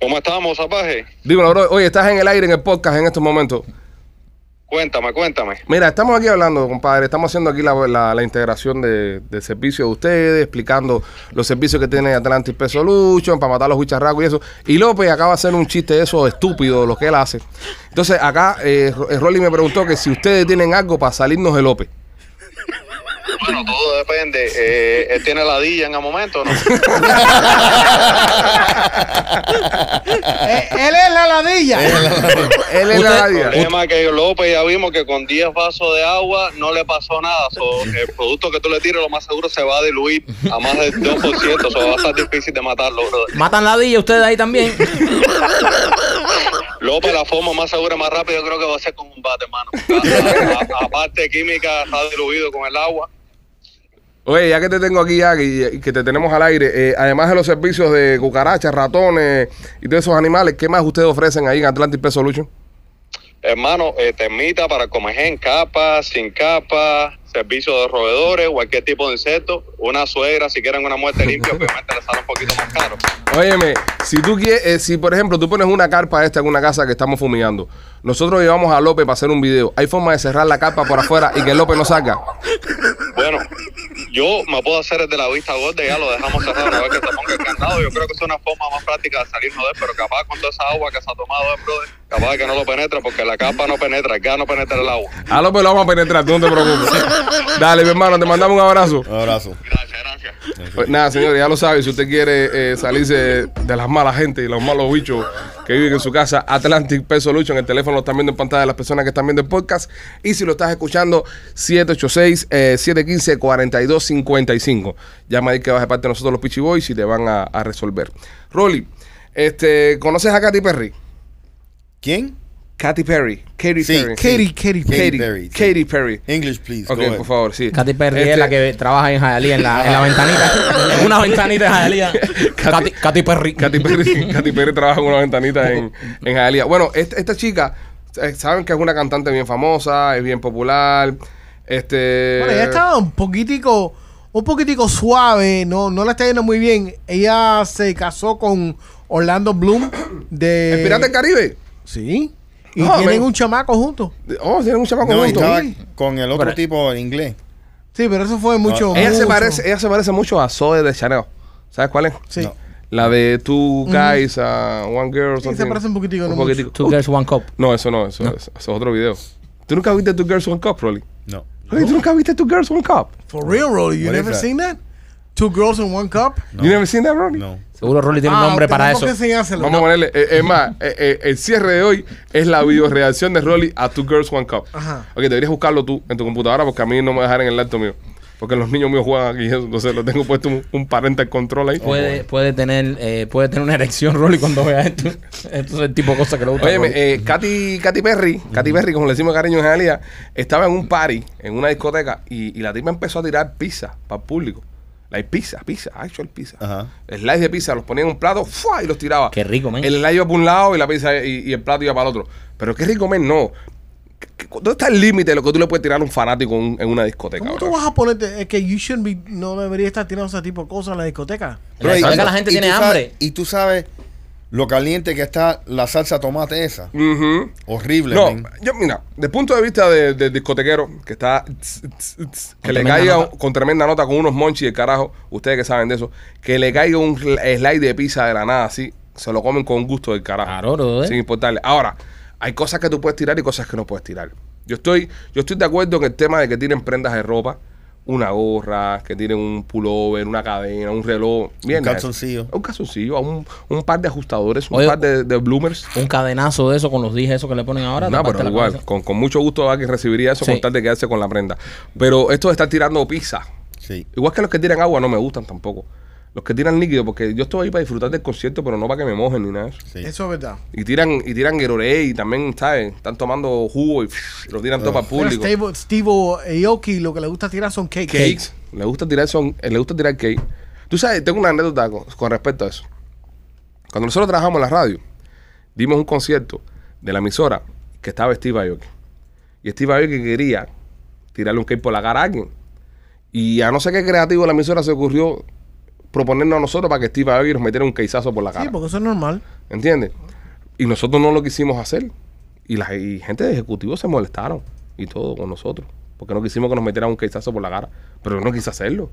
G: ¿Cómo estamos, Zapaje?
A: Dímelo, bro. Oye, estás en el aire en el podcast en estos momentos.
G: Cuéntame, cuéntame.
A: Mira, estamos aquí hablando, compadre. Estamos haciendo aquí la, la- la integración de, de servicios de ustedes, explicando los servicios que tiene Atlantic Peso Lucho, para matar los huicharracos y eso. Y López acaba de hacer un chiste de eso estúpido, lo que él hace. Entonces, acá eh, Ro- eh, Rolly me preguntó que si ustedes tienen algo para salirnos de López.
G: Bueno, todo depende. Eh, ¿Él tiene la dilla en el momento o no?
D: Eh, él es la ladilla.
A: él es la
G: El
A: idea.
G: problema es que López ya vimos que con 10 vasos de agua no le pasó nada. So, el producto que tú le tires, lo más seguro se va a diluir a más del 2%. So, va a estar difícil de matarlo, brother.
C: Matan la dilla ustedes ahí también.
G: López, la forma más segura, más rápida, yo creo que va a ser con un bate, hermano. A- a- Aparte, química está diluido con el agua.
A: Oye, ya que te tengo aquí ya que, y que te tenemos al aire, eh, además de los servicios de cucarachas, ratones y de esos animales, ¿qué más ustedes ofrecen ahí en Atlantic Peso Lucho?
G: Hermano, eh, termita para comer en capa, sin capa, servicio de roedores, cualquier tipo de insecto. Una suegra, si quieren una muerte limpia, obviamente le sale un poquito más caro.
A: Óyeme, si tú quieres, eh, si por ejemplo tú pones una carpa esta en una casa que estamos fumigando, nosotros llevamos a López para hacer un video, ¿hay forma de cerrar la carpa por afuera y que López no salga?
G: Bueno, yo me puedo hacer el de la vista gorda, ya lo dejamos cerrado una vez que se ponga el candado. Yo creo que es una forma más práctica de salirnos de él, pero capaz con toda esa agua que se ha tomado el brother, capaz de que no lo penetra, porque la capa no penetra, el gas no penetra el agua.
A: A López lo vamos a penetrar, tú no te preocupes. Dale, mi hermano, te mandamos un abrazo.
F: Un abrazo.
G: Gracias, gracias.
A: Pues nada, señores, ya lo sabe. Si usted quiere eh, salirse de las malas gente y los malos bichos que viven en su casa, Atlantic Peso Lucho, en el teléfono lo están viendo en pantalla las personas que están viendo el podcast. Y si lo estás escuchando, 786-715-4255. Llama ahí que vas de parte de nosotros los Pichi Boys y te van a, a resolver. Rolly, este, ¿conoces a Katy Perry?
F: ¿Quién?
A: Katy Perry. Katy
F: Sí,
A: Perry.
F: Katy,
D: Katy, Katy,
F: Katy
A: Katy,
F: Perry, sí.
A: Katy Perry.
F: English, please.
A: Ok,
F: go ahead.
A: por favor, sí.
C: Katy Perry es
A: Este-
C: la que trabaja en Jayalía, en la, en la ventanita. En una ventanita de Jayalía. Katy, Katy Perry.
A: Katy Perry, Katy Perry trabaja en una ventanita en, en Hialeah. Bueno, est- esta chica, eh, saben que es una cantante bien famosa, es bien popular. Este.
D: Bueno, ella estaba un poquitico, un poquitico suave, no, no la está yendo muy bien. Ella se casó con Orlando Bloom de.
A: ¿El Pirata eh, del Caribe?
D: Sí. Y
A: No,
D: tienen
A: me-
D: un chamaco juntos.
A: Oh, tiene un chamaco
F: No,
A: junto.
F: estaba
A: Sí.
F: con el otro tipo en inglés.
D: Sí, pero eso fue mucho.
A: Ella se
D: mucho.
A: parece, ella se parece mucho a Zoe de Chanel. ¿Sabes cuál es?
D: Sí.
F: No.
A: La de Two Guys, a One Girl.
D: Sí,
A: something.
D: se parece un poquitico,
A: Un
D: no
A: poquitico.
C: Two girls, one cup.
A: No, eso no, eso, eso es otro video. ¿Tú nunca viste Two Girls One Cup, Rolly?
F: No.
A: Rolly, ¿Tú nunca viste Two Girls One Cup?
D: For real, Rolly. You
F: What is
D: never
F: that?
D: seen that? Two girls in one cup.
F: No.
A: You never seen that, Rolly?
F: No.
C: Seguro Rolly tiene un nombre
D: Ah,
C: para
D: tenemos
C: eso.
D: que enseñárselo.
A: Vamos a ponerle, eh, es más, eh, eh, el cierre de hoy es la videoreacción de Rolly a Two Girls One Cup.
D: Ajá.
A: Ok, deberías buscarlo tú en tu computadora porque a mí no me dejaron en el laptop mío. Porque los niños míos juegan aquí, eso, entonces lo tengo puesto un, un parental control ahí.
C: Puede, puede, tener, eh, puede tener una erección Rolly cuando vea esto. Esto es el tipo de cosas que le gusta. a
A: Óyeme,
C: Rolly.
A: eh, Katy, Katy Perry, Katy Perry, como le decimos cariño en Jalía, estaba en un party, en una discoteca, y, y la tipa empezó a tirar pizza para el público. La pizza, pizza, actual pizza.
F: Ajá.
A: Slice de pizza, los ponía en un plato ¡fua! y los tiraba.
C: Qué rico, men.
A: El slice iba para un lado y la pizza y, y el plato iba para el otro. Pero qué rico, men, no. ¿Qué- qué- ¿Dónde está el límite de lo que tú le puedes tirar a un fanático en, en una discoteca?
D: ¿Cómo tú
A: bro?
D: vas a ponerte? Es que you shouldn't be, no debería estar tirando ese tipo de cosas en la discoteca.
C: En la discoteca
F: y-
C: la gente
F: y
C: tiene
F: tú sabes-
C: hambre.
F: y tú sabes lo caliente que está la salsa tomate esa.
A: Ujú.
F: Horrible.
A: No,
F: man.
A: yo, mira, desde punto de vista de- del discotequero que está tss, tss, tss, que
C: Con
A: le
C: tremenda
A: caiga
C: nota.
A: con tremenda nota con unos monchis de carajo, ustedes que saben de eso, que le caiga un slide de pizza de la nada así, se lo comen con gusto del carajo.
C: Claro, bro, eh.
A: Sin importarle. Ahora, hay cosas que tú puedes tirar y cosas que no puedes tirar. Yo estoy, yo estoy de acuerdo en el tema de que tienen prendas de ropa, una gorra, que tienen un pullover, una cadena, un reloj. Bien,
F: calzoncillo.
A: Un calzoncillo, un, un par de ajustadores, un
C: Oye,
A: par de, de bloomers.
C: Un cadenazo de eso con los dije esos que le ponen ahora.
A: No,
C: te
A: pero
C: parte la
A: igual,
C: cabeza.
A: con, con mucho gusto alguien recibiría eso con
C: Sí.
A: tal de quedarse con la prenda. Pero esto de estar tirando pizza,
F: Sí.
A: igual que los que tiran agua, no me gustan tampoco. Los que tiran líquido, porque yo estoy ahí para disfrutar del concierto, pero no para que me mojen ni nada de eso.
F: Sí.
D: Eso es verdad.
A: Y tiran, y tiran Gatorade y también, ¿sabes? Están tomando jugo y pff, lo tiran todo para el público.
C: este
D: Pero Steve, Steve Aoki lo que le gusta tirar son cakes.
A: Cakes. Le gusta tirar son, eh, le gusta tirar cake. Tú sabes, tengo una anécdota con, con respecto a eso. Cuando nosotros trabajamos en la radio, dimos un concierto de la emisora que estaba Steve Aoki. Y Steve Aoki quería tirarle un cake por la cara a alguien. Y a no sé qué creativo de la emisora se ocurrió proponernos a nosotros para que Steve Aoki nos metiera un queizazo por la cara.
D: Sí, porque eso es normal.
A: ¿Entiendes? Y nosotros no lo quisimos hacer. Y la y gente de ejecutivo se molestaron y todo con nosotros. Porque no quisimos que nos metieran un queizazo por la cara. Pero yo no quise hacerlo.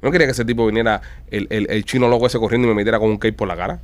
A: Yo no quería que ese tipo viniera, el, el- el chino loco ese corriendo y me metiera con un case por la cara.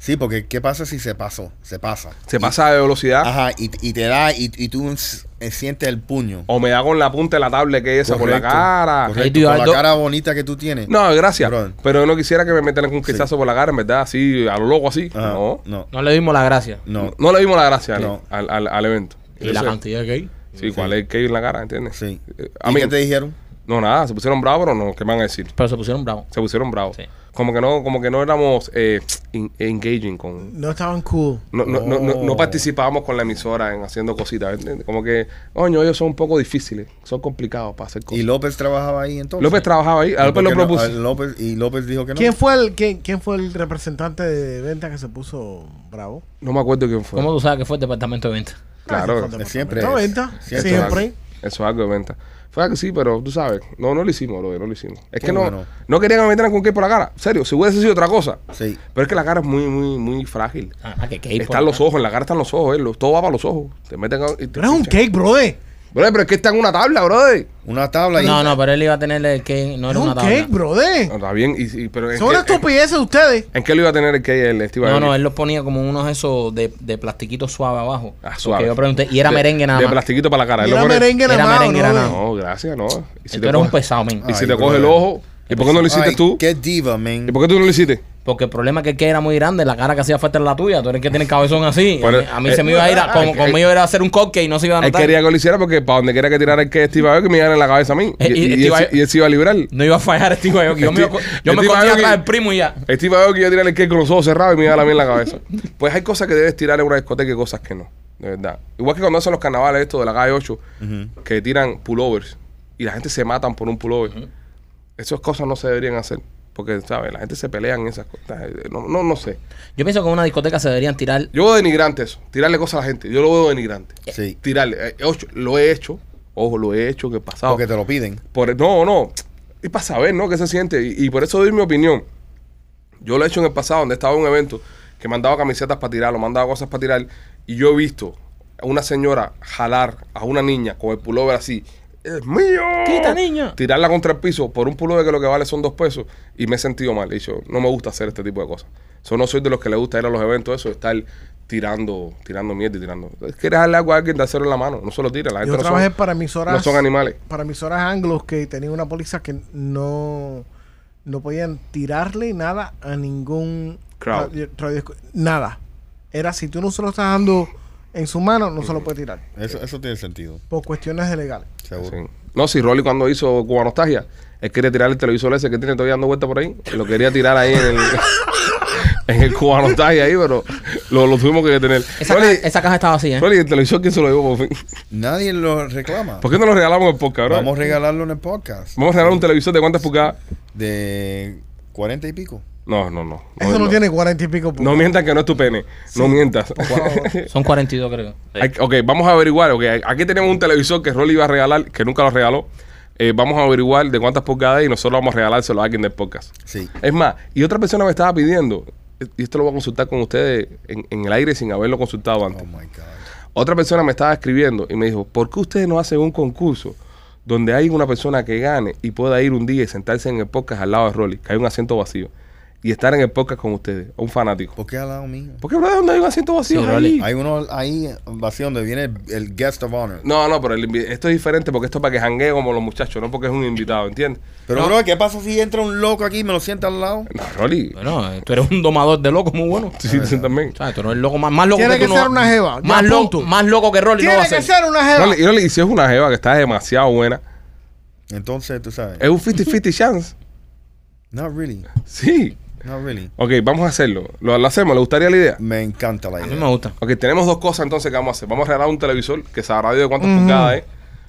F: Sí, porque ¿qué pasa si se pasó? Se pasa.
A: Se pasa de velocidad
F: Ajá, y, y te da, y, y tú s- eh, sientes el puño.
A: o me da con la punta de la tablet que esa Oh, por la
F: Correcto,
A: cara.
F: correcto,
C: Ahí tú,
F: con la
C: Aldo.
F: cara bonita que tú tienes.
A: No, gracias.
F: Brother.
A: Pero yo no quisiera que me metieran con un queizazo por la cara, en verdad, así, a lo loco así.
F: Ajá,
A: no.
F: no.
C: No le dimos la gracia.
F: No.
A: No le dimos la gracia
F: No.
A: al, al- al evento.
C: Y la
A: Eso es.
C: cantidad que hay.
A: Sí, cuál es el que hay en la cara, ¿entiendes?
F: Sí.
A: Eh, A
F: ¿Y
A: mí,
F: qué te dijeron?
A: no, nada, se pusieron bravos, pero no, ¿qué me van a decir?
C: Pero se pusieron bravos.
A: Se pusieron bravos.
C: Sí.
A: Como que no, como que no éramos eh, en- engaging con.
D: No estaban cool.
A: No, no, no, no, no
F: Oh.
A: participábamos con la emisora en haciendo cositas. ¿entiendes? Como que, coño, ellos son un poco difíciles, son complicados para hacer cosas.
F: ¿Y López trabajaba ahí entonces?
A: López trabajaba ahí, a
F: ¿Y
A: López
F: por
A: lo
F: qué no?
A: propuso.
F: A López- y López dijo que no.
D: ¿Quién fue el quién, quién fue el representante de venta que se puso bravo?
A: No me acuerdo quién fue.
C: ¿Cómo tú sabes que fue el departamento de venta?
A: Claro.
D: Ah, ese fue el
F: Siempre
D: departamento
F: es.
D: de venta.
F: Siempre
D: Siempre.
A: Eso es algo-
F: Siempre.
A: Eso es algo de venta. Fue que sí, pero tú sabes, no, no lo hicimos, brother, no lo hicimos. Es
F: Qué
A: que no,
F: bueno.
A: no querían que me metieran con qué por la cara. Serio, si hubiese sido otra cosa.
F: Sí.
A: Pero es que la cara es muy, muy, muy frágil.
C: Ah, que que
A: Están los ojos, en la cara están los ojos, eh, lo- todo va para los ojos. Te meten a- y te
D: Tú eres un
A: pinchan.
D: cake, brother.
A: Brother, pero es que está en una tabla, brother.
F: Una tabla y
C: No, no, pero él iba a tener el que no
D: Eres
C: era
D: un
C: una
D: cake,
C: tabla.
A: No,
D: brother.
A: Está bien, y, y- pero en
D: Son
A: qué-
D: una estupidez de ustedes.
A: ¿En qué lo iba a tener el que el Steve
C: No,
A: Aoki?
C: no, él los ponía como unos esos de, de plastiquito suave abajo.
A: Ah,
C: Porque
A: suave.
C: yo pregunté, y era
A: De-
C: merengue nada
A: De
C: más.
A: plastiquito para la cara. Él
D: Y
A: lo
D: era
A: pone-
D: merengue nada
C: Era
D: más.
C: merengue
D: brother.
C: nada
A: No, gracias, no. Y
C: Tú eres un
A: coge- Ah.
C: pesado, men.
A: Y si
F: Ay,
A: te coge el
F: brother.
A: ojo, ¿y por qué no lo hiciste
F: Ay,
A: tú?
F: Qué diva, man.
A: ¿Y por qué tú no lo hiciste?
C: Porque el problema es que el que era muy grande, la cara que hacía falta era la tuya. Tú eres el que tiene el cabezón así.
A: Pero-
C: a mí, a mí
A: eh,
C: se me iba a ir, a,
A: ah,
C: como,
A: que-
C: conmigo era hacer un cocktail y no se iba a
A: Él
C: notar.
A: quería que lo hiciera porque para donde quiera que tirara el que Steve Aoki me iba a dar en la cabeza a mí. Y,
C: Eh, y
A: y- y
C: Steve
A: él, se-
C: Aoki-
A: y él se iba a librar.
C: No iba a fallar Steve Aoki. Yo me,
A: Steve-
C: yo me
A: Steve
C: escondía
A: Aoki-
C: atrás del primo y ya.
A: Steve Aoki Este iba a tirar el que con los ojos cerrados y me iba a dar a mí en la cabeza. Pues hay cosas que debes tirar en una discoteca y cosas que no. De verdad. Igual que cuando hacen los carnavales esto de la calle 8, que tiran pullovers y la gente se matan por un pullover. Esas cosas no se deberían hacer. Porque, ¿sabes? La gente se pelea en esas cosas. No, no, no sé.
C: Yo pienso que en una discoteca se deberían tirar.
A: Yo veo denigrante eso. Tirarle cosas a la gente. Yo lo veo denigrante.
F: Sí.
A: Tirarle. eh, ocho, lo he hecho. Ojo, lo he hecho, que he pasado.
F: Porque te lo piden.
A: Por, no, no. Es para saber, ¿no? ¿Qué se siente? Y, y por eso doy mi opinión. Yo lo he hecho en el pasado, donde estaba en un evento que me han dado camisetas para tirar, o me han dado cosas para tirar, y yo he visto a una señora jalar a una niña con el pullover así. ¡Es mío!
C: ¡Quita, niña!
A: Tirarla contra el piso por un pullover que lo que vale son dos pesos, y me he sentido mal. He dicho, no me gusta hacer este tipo de cosas. Yo no soy de los que le gusta ir a los eventos, eso, de estar tirando, tirando mierda y tirando. ¿Quieres darle algo a alguien de hacerlo en la mano? No se lo tira, la gente
D: Yo
A: no son-
D: trabajé para emisoras.
A: no son animales.
D: Para emisoras anglos que tenían una póliza que no, no podían tirarle nada a ningún
A: Crowd.
D: radio- radio escu- nada. Era si tú no se lo estás dando en su mano, no se
A: Mm.
D: lo puedes tirar.
F: Eso, eso tiene sentido,
D: Por cuestiones de legales.
F: seguro.
A: Sí. No, si Rolly cuando hizo Cubanostalgia, él quería tirar el televisor ese que tiene todavía dando vuelta por ahí. Lo quería tirar ahí en el, en el Cubanostalgia ahí, pero lo, lo tuvimos que detener.
C: Esa,
A: Rolly,
C: caja, esa caja estaba vacía. ¿eh?
A: Rolly, el televisor, ¿quién se lo llevó por fin?
F: Nadie lo reclama.
A: ¿Por qué no lo regalamos el podcast, bro?
F: Vamos
A: Vamos,
F: a regalarlo en el podcast.
A: a regalar un televisor de cuántas pulgadas.
F: De 40 y pico.
A: No, no, no.
D: Eso no, tiene cuarenta y pico.
A: No mientas que no es tu pene. No mientas.
C: Son 42, creo.
A: Hay- ok, vamos a averiguar. ok, Aquí tenemos un televisor que Rolly iba a regalar, que nunca lo regaló. Eh, vamos a averiguar de cuántas pulgadas es y nosotros vamos a regalárselo a alguien del podcast.
F: Sí.
A: Es más, y otra persona me estaba pidiendo, y esto lo voy a consultar con ustedes en, en el aire sin haberlo consultado
F: Oh
A: antes.
F: my God.
A: Otra persona me estaba escribiendo y me dijo, ¿por qué ustedes no hacen un concurso donde hay una persona que gane y pueda ir un día y sentarse en el podcast al lado de Rolly, que hay un asiento vacío, y estar en el podcast con ustedes, un fanático?
F: ¿Por qué al lado mío?
A: ¿Por qué, brother, donde hay un asiento vacío?
C: Sí,
A: ahí?
C: Rolly.
F: Hay uno ahí vacío donde viene el, el guest of honor.
A: No, no, pero el invi- esto es diferente porque esto es para que janguee como los muchachos, no porque es un invitado, ¿entiendes?
F: Pero, bro, ¿qué pasa si entra un loco aquí y me lo sienta al lado?
A: No, Rolly,
C: Bueno, eh, tú eres un domador de locos muy bueno.
A: sí, sí, también.
C: ¿Sabes? Tú eres el loco más, más loco
D: Tiene
C: tú
D: que ser una jeva, ya,
C: Más, lo-
D: punto.
C: más loco que Rolly no va
D: Tiene
C: a
D: que
C: ser.
D: ser una jeva.
A: Rolly, y Rolly, y si es una jeva que está demasiado buena,
F: Entonces, tú sabes.
A: es un 50-50 chance.
F: Not really.
A: Sí.
F: Not really.
A: Ok, vamos a hacerlo. ¿Lo, lo hacemos? ¿Le gustaría la idea?
F: Me encanta la
C: A mí
F: idea.
C: me gusta.
A: Ok, tenemos dos cosas entonces que vamos a hacer. Vamos a regalar un televisor que sabrá Dios de cuántas pulgadas es.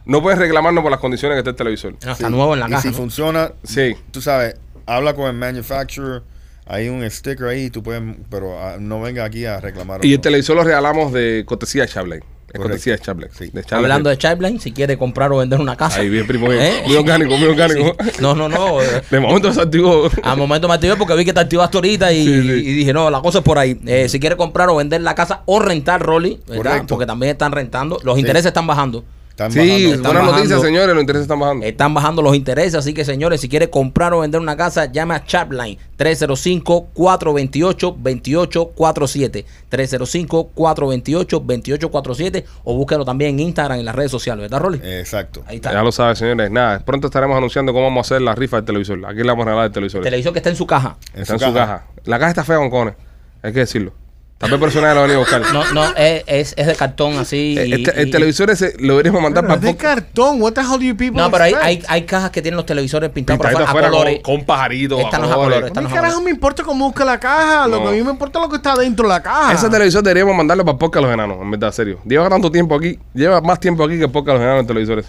A: No puedes reclamarnos por las condiciones que está el televisor.
C: Ah, Está nuevo en la
F: Y
C: casa.
F: si
C: ¿no?
F: funciona,
A: Sí.
F: tú sabes, habla con el manufacturer. Hay un sticker ahí, tú puedes, pero ah, no venga aquí a reclamar.
A: Y este el
F: otro.
A: televisor lo regalamos de cortesía de Chaplin. Es cortesía de Chaplin.
F: Sí.
A: De Chaplin.
C: Hablando de Childline, si quiere comprar o vender una casa.
A: Ahí bien, primo.
C: ¿Eh?
A: Muy orgánico, muy orgánico.
C: No, no, no. eh,
A: De momento se activó.
C: Al momento me activé porque vi que te activaste ahorita y,
A: Sí, sí.
C: y dije, no, la cosa es por ahí. Eh, si quieres comprar o vender la casa o rentar, Rolly, ¿verdad?
F: Correcto.
C: Porque también están rentando. Los
F: Sí.
C: intereses están bajando.
F: Están
A: Sí,
F: bajando.
C: Están
A: buenas
C: bajando.
A: noticias, señores. Los intereses están bajando.
C: Están bajando los intereses, así que señores, si quiere comprar o vender una casa, llama a Chapline 305-428-2847. 305-428-2847 o búsquelo también en Instagram, en las redes sociales, ¿verdad, Rolly?
F: Exacto.
C: Ahí está.
A: Ya lo sabes, señores. Nada, pronto estaremos anunciando cómo vamos a hacer la rifa del televisor. Aquí le vamos a regalar el televisor.
C: El televisor que está en su caja.
A: Está en su caja. La caja está fea, concones. Hay que decirlo. Tal vez personas la van a venir a buscar.
C: No, no, es, es, es de cartón así.
A: Eh,
C: y-
A: este- el
C: y-
A: televisor ese lo deberíamos mandar
D: Pero es
A: para
D: de cartón. What the hell do you people
C: No, pero hay,
D: expect?
C: hay, hay cajas que tienen los televisores pintados por
A: Pintadito
C: afuera, a
A: afuera con-
C: colores.
A: con, pajaritos.
C: Esta no es a colores.
D: A mí
C: Estamos
D: carajo
C: hablando.
D: me importa cómo busca la caja. Lo
A: No.
D: que a mí me importa es lo que está dentro de la caja.
A: Ese televisor deberíamos mandarlo para Podcast Los Enanos, en verdad, serio. Lleva tanto tiempo aquí, lleva más tiempo aquí que Podcast Los Enanos en televisores.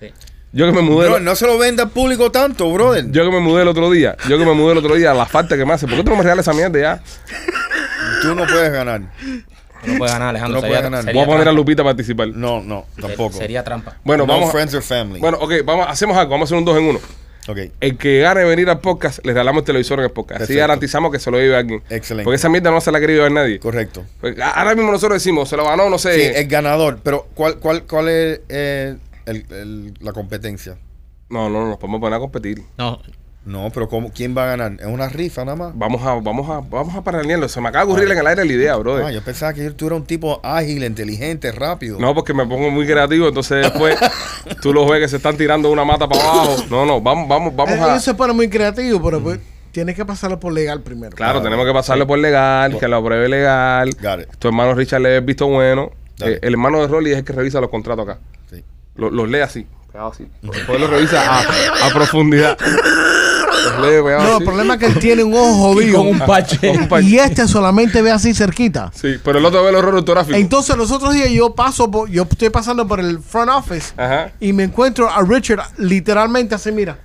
C: Sí.
A: Yo que me mudé,
F: Bro, no se lo venda al público tanto, brother.
A: yo que me mudé el otro día, yo que me mudé el otro día, la falta que me hace. ¿Por qué tú no me regalas esa mierda ya?
F: Tú no puedes ganar.
C: No puede ganar, Alejandro.
F: No
C: sería,
F: puede ganar.
C: sería
A: Voy a poner a
C: trampa.
A: Lupita a participar.
F: No, no, tampoco.
C: Sería trampa.
A: Bueno,
F: no
A: vamos. a-
F: friends or family.
A: Bueno, ok, vamos, hacemos algo, vamos a hacer un dos en uno.
F: ok.
A: El que gane venir al podcast, le regalamos el televisor en el podcast. Así
F: Perfecto.
A: garantizamos que se lo lleve alguien.
F: Excelente.
A: Porque esa mierda no se la ha querido llevar nadie.
F: Correcto.
A: Porque a- Ahora mismo nosotros decimos, se lo ganó, no sé.
F: Sí, el ganador. Pero, ¿cuál, cuál, cuál es eh, el- el- la competencia?
A: No, no, no, nos podemos poner a competir.
C: No,
F: No, pero ¿cómo, ¿quién va a ganar? ¿Es una rifa nada más?
A: Vamos a, vamos a, vamos a paralelarlo. Se me acaba de ocurrir en el aire la idea, brother.
F: Ah, yo pensaba que tú eras un tipo ágil, inteligente, rápido.
A: No, porque me pongo muy creativo, entonces después tú los ves que se están tirando de una mata para abajo. No, no, vamos, vamos, vamos
D: Eh,
A: a. Mm.
D: Ellos se ponen muy creativos, pero pues, tienes que pasarlo por legal primero.
A: Claro, tenemos que pasarlo por legal, que lo apruebe legal.
F: Ah, Got it.
A: Tu hermano Richard le es visto bueno.
F: Dale.
A: Eh, el hermano de Rolly es el que revisa los contratos acá.
F: Sí.
A: Lo- Los lee así. Pegado así. Después los revisa a, a profundidad. Los lee pegado
D: No,
A: así.
D: el problema es que él tiene un ojo
C: Y
D: vivo.
C: con un
A: Con un
C: parche.
A: pa-
D: Y este solamente ve así cerquita.
A: Sí, pero el otro ve el horror ortográfico.
D: Entonces los otros días yo paso, por- yo estoy pasando por el front office
A: Ajá.
D: y me encuentro a Richard literalmente así, mira.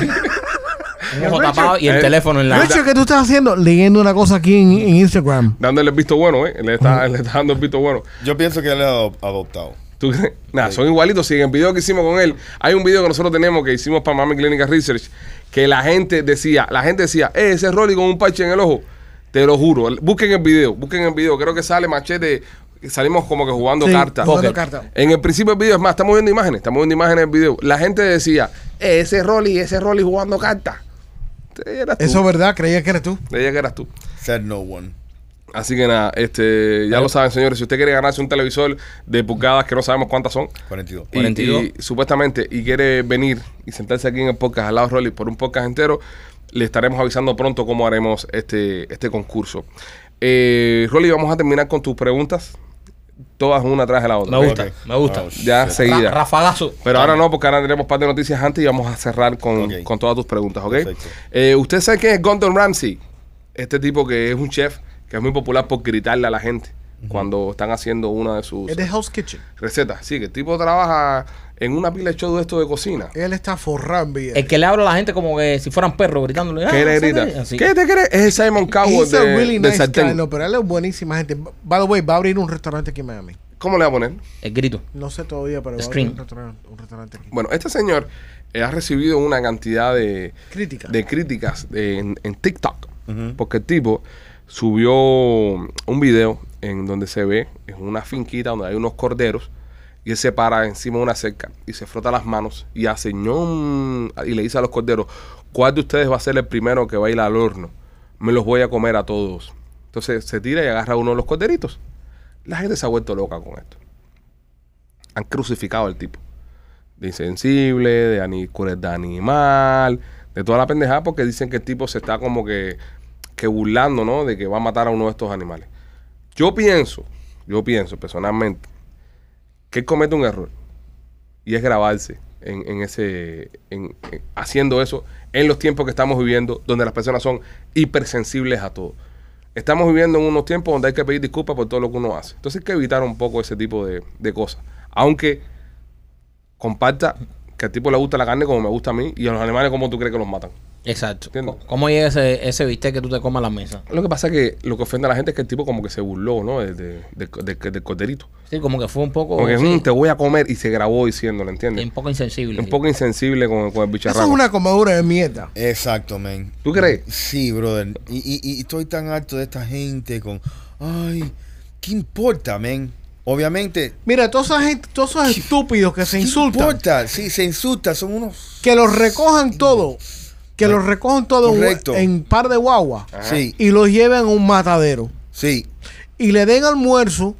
C: un ojo tapado y el
A: Eh,
C: teléfono en la.
D: Richard, ¿qué tú estás haciendo? Leyendo una cosa aquí en, en Instagram.
A: Dándole el visto bueno, ¿eh? Le está, le está dando el visto bueno.
F: Yo pienso que él es ado- adoptado.
A: ¿Tú crees? Nada, son igualitos. Si en el video que hicimos con él, hay un video que nosotros tenemos que hicimos para Mami Clinical Research, que la gente decía, la gente decía, "Eh, ese Rolly con un parche en el ojo. Te lo juro. El- Busquen el video, busquen el video. Creo que sale machete. Salimos como que jugando
D: Sí,
A: cartas.
D: jugando
A: Ok.
D: cartas.
A: En el principio del video, es más, estamos viendo imágenes, estamos viendo imágenes del video. La gente decía, "Eh, ese Rolly, ese Rolly jugando cartas. Eras tú.
D: Eso es verdad, creía que eres tú.
A: Ella que eras tú.
F: Said no one.
A: Así que nada, este, ya lo saben, señores. Si usted quiere ganarse un televisor de pulgadas que no sabemos cuántas son,
F: 42.
A: y- Y, supuestamente, y quiere venir y sentarse aquí en el podcast al lado de Rolly por un podcast entero, le estaremos avisando pronto cómo haremos este, este concurso. Eh, Rolly, vamos a terminar con tus preguntas, todas una atrás de la otra.
C: Me gusta,
F: Ok.
C: me gusta.
F: Oh, shit.
A: Ya
C: Ra-
A: seguida.
C: Rafagazo.
A: Pero ahora no, porque ahora tenemos un par de noticias antes y vamos a cerrar con,
F: Ok.
A: con todas tus preguntas, ¿ok?
F: Perfecto.
A: Eh, ¿Usted sabe quién es Gordon Ramsay? Este tipo que es un chef que es muy popular por gritarle a la gente cuando están haciendo una de sus
D: Es de House Kitchen.
A: recetas. Sí, que el tipo trabaja en una pila de show de esto de cocina.
D: Él está forrado en billetes.
C: El que le habla a la gente como que si fueran perros gritándole.
A: ¿Qué
C: "Ah,
A: le grita?
C: así".
A: ¿Qué te crees? Es el Simon Cowell
D: He's
A: de,
D: a really
A: del
D: nice
A: sartén.
D: guy, no, pero él es buenísima gente. By the way, va a abrir un restaurante aquí en Miami.
A: ¿Cómo le va a poner?
C: El grito.
D: No sé todavía, pero va a
C: Scream.
D: abrir un restaurante, un restaurante aquí.
A: Bueno, este señor eh, ha recibido una cantidad de,
D: Crítica.
A: de críticas de- en, en TikTok. Porque el tipo subió un video en donde se ve en una finquita donde hay unos corderos y él se para encima de una cerca y se frota las manos y hace ñom y le dice a los corderos, ¿cuál de ustedes va a ser el primero que va a ir al horno? Me los voy a comer a todos. Entonces se tira y agarra a uno de los corderitos. La gente se ha vuelto loca con esto. Han crucificado al tipo de insensible, de, ani- de animal, de toda la pendejada, porque dicen que el tipo se está como que, que burlando, ¿no? De que va a matar a uno de estos animales. Yo pienso, yo pienso personalmente, que él comete un error y es grabarse en, en ese, en- en- haciendo eso en los tiempos que estamos viviendo, donde las personas son hipersensibles a todo. Estamos viviendo en unos tiempos donde hay que pedir disculpas por todo lo que uno hace. Entonces hay que evitar un poco ese tipo de, de cosas. Aunque comparta que al tipo le gusta la carne como me gusta a mí y a los animales como tú crees que los matan.
C: Exacto.
A: Entiendo.
C: ¿Cómo llega ese, ese bistec que tú te comas a la mesa?
A: Lo que pasa es que lo que ofende a la gente es que el tipo como que se burló, ¿no? De- de- de- de- Del corderito.
C: Sí, como que fue un
D: Oh,
C: poco.
A: Como que,
C: sí,
A: "Mm, te voy a comer y se grabó diciéndolo, ¿entiendes?
C: un poco insensible.
A: Un
C: sí.
A: poco insensible con, con el
D: Eso
A: bicharraco.
D: es una comedura de mierda.
F: Exacto, man.
A: ¿Tú crees?
F: Sí, brother. Y, y- y estoy tan harto de esta gente con. Ay, ¿qué importa, men? Obviamente.
D: Mira, toda esa gente, todos esos estúpidos que se
F: ¿qué
D: insultan,
F: importa? Sí, se insulta. Son unos.
D: que los recojan todo, que los recojan todo
F: Correcto.
D: en par de guagua
F: Sí,
D: y los lleven a un matadero
F: sí.
D: y le den almuerzo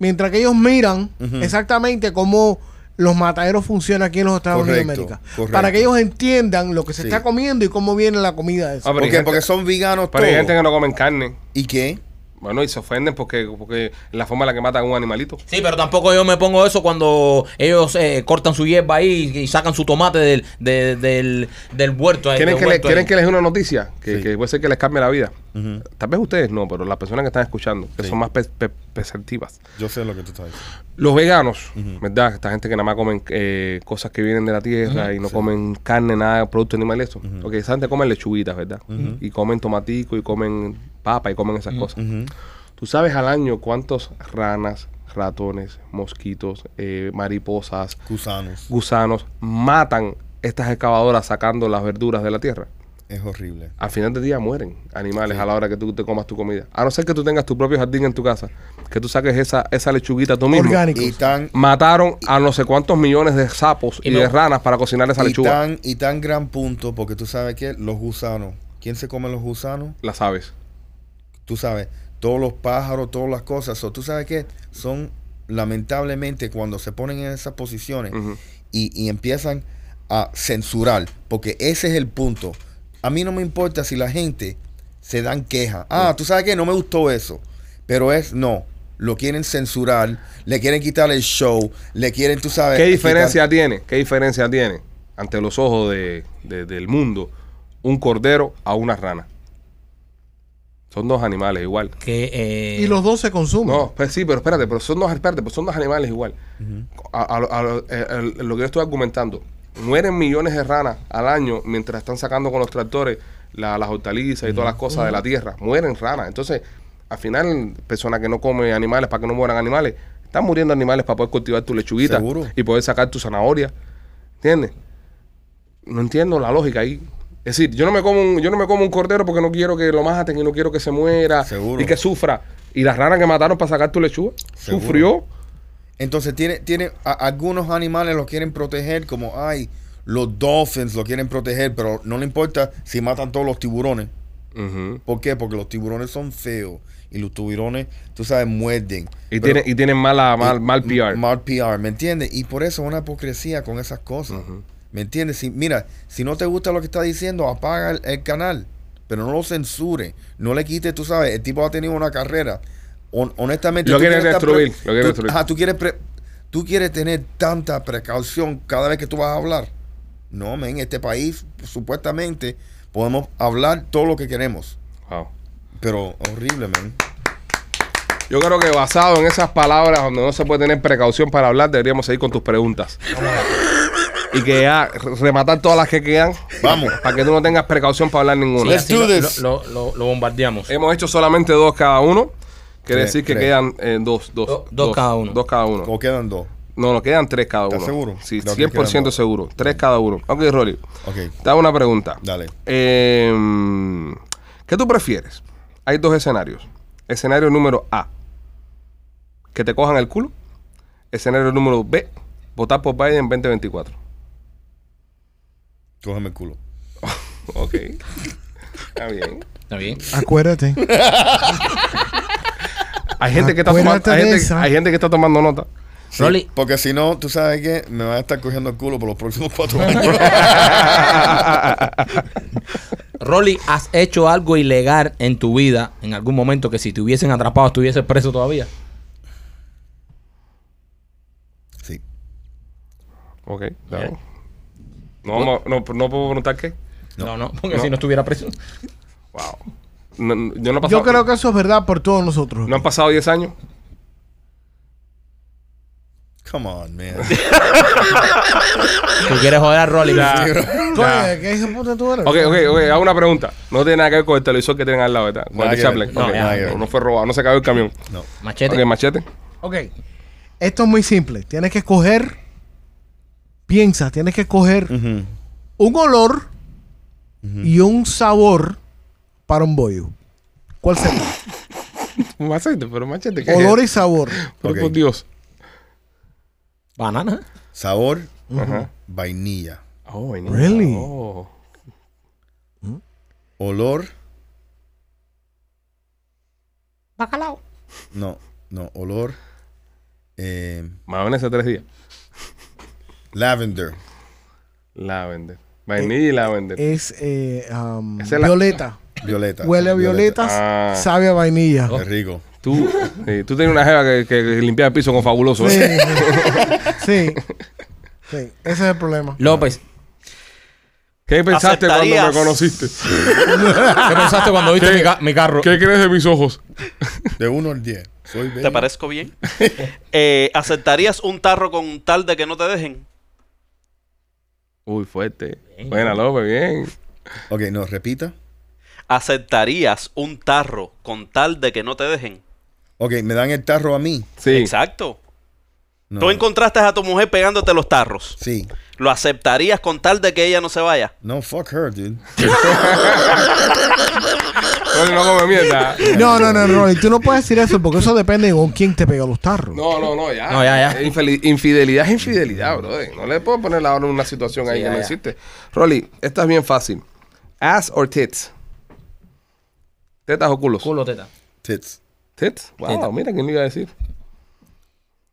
D: mientras que ellos miran
F: Ujú.
D: exactamente cómo los mataderos funcionan aquí en los Estados Unidos de
F: Correcto,
D: América.
F: correcto.
D: Para que ellos entiendan lo que se
F: Sí.
D: está comiendo y cómo viene la comida esa.
A: Ah, pero hay
F: Porque,
A: gente-
F: porque son veganos
A: Pero hay gente
F: todos.
A: que no comen carne.
F: ¿Y qué?
A: Bueno, y se ofenden porque, porque es la forma en la que matan a un animalito.
C: Sí, pero tampoco yo me pongo eso cuando ellos eh, cortan su hierba ahí y sacan su tomate del, de- del, del huerto. ahí,
A: ¿Quieren
C: del
A: que, le,
C: huerto
A: ¿Quieren
C: ahí.
A: que les dé una noticia? Que,
F: Sí.
A: que puede ser que les cambie la vida. Tal vez ustedes no, pero las personas que están escuchando, que
F: Sí.
A: son más pe- pe- perceptivas.
F: Yo sé lo que tú estás diciendo.
A: Los veganos, ¿verdad? Esta gente que nada más comen eh, cosas que vienen de la tierra y no comen carne, nada, productos animales, eso. Porque esa gente come lechuguitas, ¿verdad? Y comen tomatico y comen papa y comen esas cosas. ¿Tú sabes al año cuántos ranas, ratones, mosquitos, eh, mariposas,
F: Gusanos.
A: gusanos matan estas excavadoras sacando las verduras de la tierra?
F: Es horrible.
A: Al final del día mueren animales a la hora que tú te comas tu comida. A no ser que tú tengas tu propio jardín en tu casa, que tú saques esa, esa lechuguita tú mismo.
D: Orgánicos.
F: Y tan,
A: Mataron a no sé cuántos millones de sapos y,
C: Y no-
A: de ranas para cocinar esa
F: y,
A: lechuga.
F: tan, y tan gran punto, porque tú sabes que los gusanos. ¿Quién se come los gusanos?
A: Las aves.
F: tú sabes, todos los pájaros, todas las cosas. So, tú sabes que son, lamentablemente, cuando se ponen en esas posiciones
A: Ujú.
F: y, y empiezan a censurar, porque ese es el punto. A mí no me importa si la gente se dan queja. Ah, tú sabes que no me gustó eso. Pero es no. Lo quieren censurar, le quieren quitar el show, le quieren, tú sabes.
A: ¿Qué
F: quitar-
A: diferencia tiene? ¿Qué diferencia tiene ante los ojos de- de- del mundo un cordero a una rana? Son dos animales igual.
C: Que, eh,
D: Y los dos se consumen.
A: No, pues sí, pero espérate, pero son dos, espérate, pero son dos animales igual. a, a- a lo- eh, eh, lo que yo estoy argumentando, mueren millones de ranas al año mientras están sacando con los tractores la- las hortalizas y todas las cosas de la tierra. Mueren ranas. Entonces, al final, personas que no comen animales para que no mueran animales, están muriendo animales para poder cultivar tu lechuguita
F: Seguro.
A: y poder sacar tu zanahoria. ¿Entiendes? No entiendo la lógica ahí. Es decir, yo no me como un, yo no me como un cordero porque no quiero que lo maten y no quiero que se muera
F: Seguro.
A: y que sufra. Y las ranas que mataron para sacar tu lechuga
F: Seguro.
A: sufrió.
F: Entonces tiene, tiene a- algunos animales los quieren proteger como ay, los dolphins lo quieren proteger, pero no le importa si matan todos los tiburones.
A: Ujú.
F: ¿Por qué? Porque los tiburones son feos y los tiburones, tú sabes, muerden.
A: Y,
F: Pero-
A: tiene, y tienen mala, mal,
F: y-
A: mal PR.
F: Mal PR, ¿me entiendes? Y por eso es una hipocresía con esas cosas. ¿Me entiendes? Si, mira, si no te gusta lo que está diciendo, apaga el, el canal. Pero no lo censure. No le quite, tú sabes, el tipo ha tenido una carrera. Hon- honestamente.
A: Lo
F: tú
A: quiere
F: quieres estar
A: destruir,
F: pre-
A: lo quiere
F: tú-
A: destruir.
F: ajá, tú quieres, pre- tú quieres tener tanta precaución cada vez que tú vas a hablar. No, en este país, supuestamente, podemos hablar todo lo que queremos.
A: Wow.
F: Pero horrible, men.
A: Yo creo que basado en esas palabras donde no se puede tener precaución para hablar, deberíamos seguir con tus preguntas. Y que ya re- rematar todas las que quedan
F: Vamos.
A: para que tú no tengas precaución para hablar
C: sí,
A: ninguna.
F: Let's
C: así
F: do
C: lo-
F: this.
C: Lo, lo- lo bombardeamos.
A: Hemos hecho solamente dos cada uno. Quiere
F: Tres,
A: decir que
F: tres.
A: quedan eh, dos, dos,
C: Do- dos cada uno.
A: Dos cada uno.
F: O quedan dos.
A: No, nos quedan tres cada uno.
F: ¿Estás seguro?
A: Sí,
F: Creo que
A: 100%
F: quedan-
A: seguro. Tres cada uno. Ok, Rolly.
F: Ok.
A: Te hago una pregunta.
F: Dale.
A: Eh, ¿Qué tú prefieres? Hay dos escenarios. Escenario número A. Que te cojan el culo. Escenario número B. Votar por Biden 2024.
F: Cógeme el culo.
A: Ok. Está bien.
C: Está bien.
D: Acuérdate.
A: Hay gente que está tomando,
D: Acuérdate
A: hay
D: de
A: gente,
D: esa.
A: hay gente que está tomando nota.
F: Sí,
C: Rolly.
F: Porque si no, tú sabes que me van a estar cogiendo el culo por los próximos cuatro años.
C: Rolly, ¿has hecho algo ilegal en tu vida en algún momento que si te hubiesen atrapado estuvieses preso todavía?
F: sí.
A: Ok, está bien. No, vamos a- no, no puedo preguntar qué.
C: No, no, porque si no estuviera preso.
A: Wow. No, no, yo no he pasado,
D: Yo creo que eso es verdad por todos nosotros.
A: no han pasado 10 años.
F: Come on, man.
C: Tú quieres joder a Rolly.
A: Ya, ya.
D: Coño, ¿qué hijo de puta tú eres?
A: Ok, ok, ok, hago una pregunta. No tiene nada que ver con el televisor que tienen al lado, ¿verdad? Con
F: Nada
A: el de
F: que
A: Chaplin.
F: ver. No,
A: Ok,
F: nada que
A: no,
F: ver.
A: no fue robado, no se cayó el camión.
F: No.
C: Machete.
A: Ok, machete.
D: Ok. Esto es muy simple. Tienes que escoger. Piensa, tienes que escoger
F: Ujú.
D: un olor y un sabor para un bollo. ¿Cuál sería?
A: Machete, pero machete. ¿qué es?
D: Olor y sabor.
A: Pero
F: Ok.
A: por Dios.
C: Banana.
F: Sabor,
A: Ajá.
F: vainilla.
A: Oh, vainilla.
D: Really?
A: Oh.
F: Olor,
C: Bacalao.
F: no, no, olor. eh,
A: Mayonesa tres días.
F: lavender.
A: Lavender. Vainilla y lavender.
D: Es eh, um,
A: Esa es la-
D: violeta.
F: Violeta.
D: Huele a violetas,
A: Ah.
D: sabe a vainilla.
F: Es rico.
A: Tú, sí, tú tenías una jeva que, que- que limpiaba el piso con fabuloso.
D: Sí,
A: ¿eh?
D: sí. Sí, ese es el problema.
C: López.
A: ¿Qué pensaste
E: ¿Aceptarías?
A: cuando me conociste?
C: ¿Qué pensaste cuando viste
A: ¿Qué?
C: mi, ca- mi carro?
A: ¿Qué crees de mis ojos?
F: De 1 al 10. Soy
E: ¿Te
F: bello.
E: parezco bien? Eh, ¿Aceptarías un tarro con tal de que no te dejen?
A: Uy, fuerte. Buena, López, bien.
F: Ok, no, repita.
E: ¿Aceptarías un tarro con tal de que no te dejen?
F: Ok, me dan el tarro a mí.
A: Sí.
E: Exacto.
F: No.
E: Tú encontraste a tu mujer pegándote los tarros.
F: Sí.
E: ¿Lo aceptarías con tal de que ella no se vaya?
F: No, fuck her, dude.
A: Rolly no come pues, mierda.
D: No, no, no, Rolly, tú no puedes decir eso porque eso depende de con quién te pegó los tarros.
A: No, no, no, ya. Eh,
C: No, ya, ya.
A: Infeli- Infidelidad es infidelidad, brother. No le puedo poner ahora una situación ahí que
C: ya,
A: no
C: ya.
A: existe. Rolly, esta es bien fácil. Ass or tits. Tetas o culos.
C: Culo teta.
F: Tits.
A: Tits. Wow,
C: Teta.
A: mira quién lo iba a decir.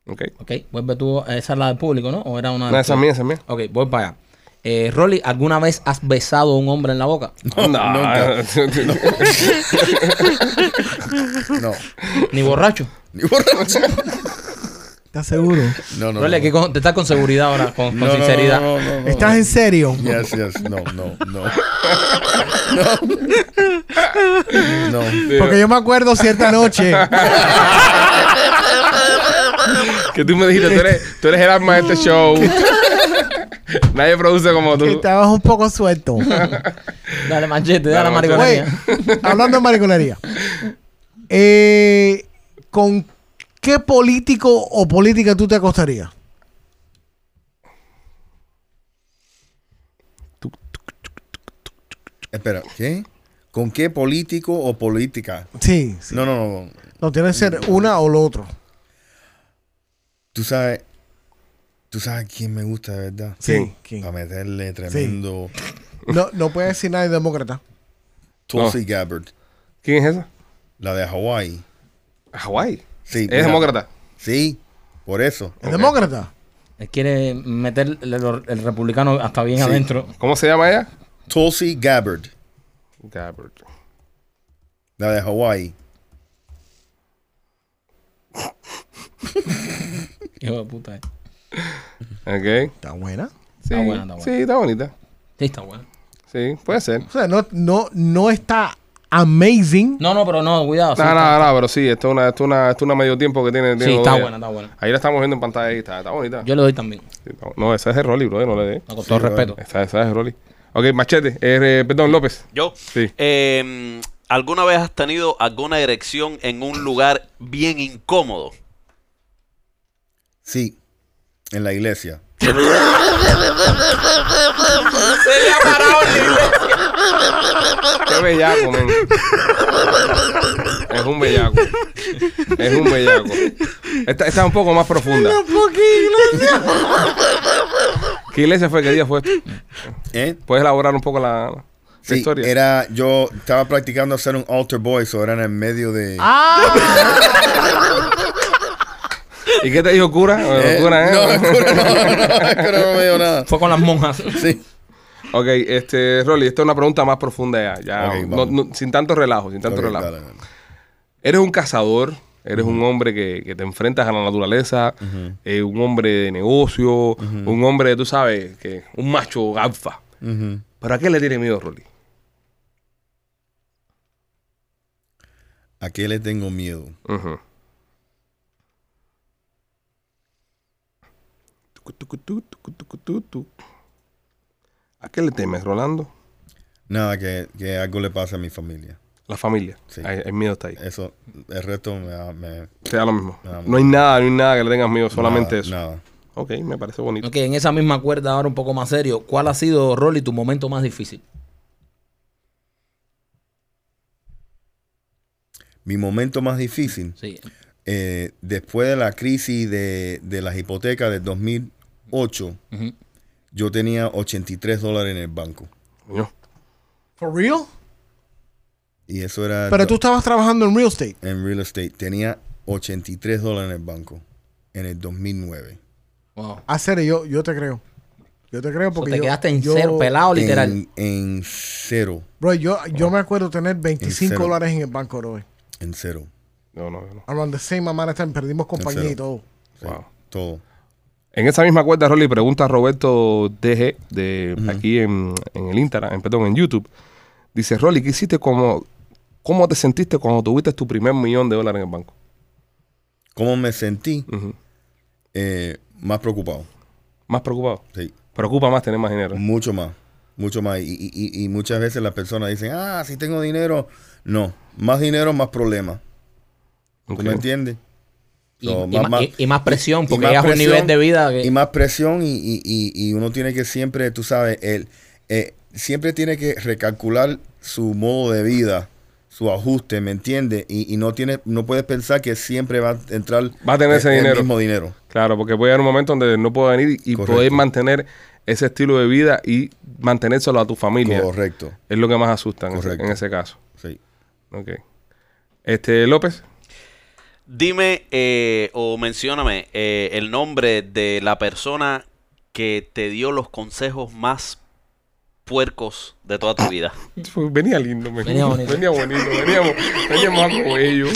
A: Ok.
C: Ok, vuelve tú. Esa es la del público, Ah, ¿no? ¿O era una.?
A: No, esa es mía, esa es mía.
C: Ok, voy para allá. Eh, Rolly, ¿alguna vez has besado a un hombre en la boca?
A: Ah, No,
F: nunca. No.
C: Ni borracho.
F: Ni borracho.
D: ¿Estás seguro?
F: No, no.
C: Rolly,
F: no.
C: aquí con- te estás con seguridad ahora, con, con
F: No, no, no,
C: sinceridad.
F: No, no, no, no.
D: ¿Estás en serio?
F: Yes, yes. No, no, no. No. No.
D: Porque yo me acuerdo cierta noche.
A: que tú me dijiste, tú eres, tú eres el alma de este show. Nadie produce como tú.
D: Estabas un poco suelto.
C: Dale, manchete,
A: Dale,
C: dale,
A: manchete.
D: Güey,
C: mariconería.
D: hablando de mariconería. eh, ¿Con qué político o política tú te acostarías?
F: Espera, ¿qué? ¿Con qué político o política?
D: Sí, sí.
F: No, no, no.
D: No tiene que ser una o lo otro.
F: Tú sabes. Tú sabes quién me gusta de verdad.
D: Sí.
F: Para meterle tremendo.
D: No, no puede decir nadie demócrata.
F: Tulsi Gabbard,
A: ¿Quién es esa?
F: la de Hawái.
A: Hawái.
F: Sí,
A: Es
F: mira.
A: demócrata.
F: Sí, por eso.
D: ¿Es demócrata?
C: Él quiere meter el, el republicano hasta bien adentro.
A: ¿Cómo se llama ella?
F: Tulsi Gabbard,
A: Gabbard.
F: la de Hawái.
C: Hijo de puta. eh.
A: Ok.
D: Está buena.
A: Sí,
C: Está buena, está buena.
A: Sí, está bonita.
C: Sí, está bueno.
A: Sí, puede ser.
D: O sea, no, no, no está amazing.
C: No, no, pero no, cuidado. sí,
A: No,
C: está,
A: no, no, pero sí, esto es una, esto es una, esto es una medio tiempo que tiene. tiene
C: sí, está
A: todavía.
C: buena, está buena.
A: Ahí la estamos viendo en pantalla ahí, está, está bonita.
C: Yo le doy también.
A: Sí, está- no, esa es de Rolly, bro, no le dé.
C: Con todo respeto.
A: Esa, esa es de Rolly. Ok, Machete, eh, eh, perdón, López.
E: Yo.
A: Sí.
E: Eh, ¿Alguna vez has tenido alguna erección en un lugar bien incómodo?
F: Sí, en la iglesia.
A: Qué bellaco, men. Es un bellaco. Es un bellaco. Esta, esta es un poco más profunda. ¿Qué iglesia fue? ¿Qué día fue?
F: ¿Eh?
A: ¿Puedes elaborar un poco la, la
F: Sí,
A: historia?
F: era, yo estaba practicando hacer un altar boy, so era en el medio de...
D: ¡Ah!
A: ¿Y qué te dijo cura?
F: Eh,
A: cura, ¿eh?
F: No, el cura no, no, el cura no me dio nada.
C: Fue con las monjas.
F: Sí.
A: Ok, este, Rolly, esta es una pregunta más profunda ya. ya
F: Ok,
A: no-
F: vamos.
A: no- sin tanto relajo, sin tanto
F: Ok,
A: relajo.
F: dale, dale.
A: Eres un cazador, eres un hombre que, que te enfrentas a la naturaleza, eh, un hombre de negocio, un hombre, tú sabes, que un macho alfa.
F: Ujú.
A: ¿Pero a qué le tiene miedo, Rolly?
F: ¿A qué le tengo miedo?
A: Ujú. Cutucutú, tucutú. ¿A qué le temes, Rolando?
F: Nada, que, que algo le pase a mi familia.
A: La familia.
F: Sí.
A: Ahí- El, miedo está ahí.
F: Eso, el resto me... da- me-
A: Te da lo mismo.
F: Nada más.
A: No hay nada, no hay nada que le tengas miedo, solamente
F: nada,
A: eso.
F: Nada.
A: Ok, me parece bonito.
C: Ok, en esa misma cuerda, ahora un poco más serio, ¿cuál ha sido, Rolly, tu momento más difícil?
F: Mi momento más difícil,
C: Sí.
F: eh, después de la crisis de, de las hipotecas del 2008,
C: Ujú.
F: yo tenía 83 dólares en el banco.
A: Coño.
D: ¿For real?
F: Y eso era...
D: Pero tú estabas trabajando en real estate.
F: en real estate. Tenía 83 dólares en el banco en el 2009.
C: Wow.
D: Hacer Ah, yo, yo te creo. Yo te creo
C: So,
D: porque
C: te
D: yo-
C: quedaste en
D: yo-
C: cero, pelado,
A: Oh,
C: literal.
F: En, en cero.
D: Bro, yo, yo me acuerdo tener
F: En
D: 25
F: cero.
D: dólares en el banco, bro.
F: En cero.
A: No, no, no.
D: Around the same amount of time, perdimos compañía y todo.
F: Sí,
A: Wow.
F: Todo.
A: En esa misma cuerda, Rolly, pregunta a Roberto DG de aquí en, en el Instagram, en, perdón, en YouTube. Dice, Rolly, ¿qué hiciste como, cómo te sentiste cuando tuviste tu primer millón de dólares en el banco?
F: ¿Cómo me sentí?
A: Ujú.
F: Eh, más preocupado.
A: Más preocupado.
F: Sí.
A: Preocupa más tener más dinero.
F: Mucho más. Mucho más. Y, y- y- y muchas veces las personas dicen, ah, si tengo dinero. No. Más dinero, más problemas.
A: Ok.
F: ¿Tú me entiendes?
C: Y,
F: So,
C: y
F: más-
C: ma-
F: más-
C: y- y más presión,
F: y
C: porque
F: más
C: ya es un
F: presión,
C: nivel de vida que...
F: Y más presión y, y- y- y uno tiene que siempre, tú sabes, él eh, siempre tiene que recalcular su modo de vida, su ajuste, ¿me entiendes? Y, y no tiene, no puedes pensar que siempre va a entrar
A: Va a tener ese
F: el,
A: dinero.
F: mismo dinero.
A: Claro, porque puede haber un momento donde no pueda venir y
F: Correcto.
A: poder mantener ese estilo de vida y mantenérselo a tu familia.
F: Correcto.
A: Es lo que más asusta en ese,
F: Correcto.
A: en ese caso.
F: Sí.
A: Ok. Este, López,
E: Dime eh, o mencióname eh, el nombre de la persona que te dio los consejos más puercos de toda tu vida.
A: venía lindo. me-
C: Venía bonito.
A: Venía bonito. Veníamos, veníamos a cuello.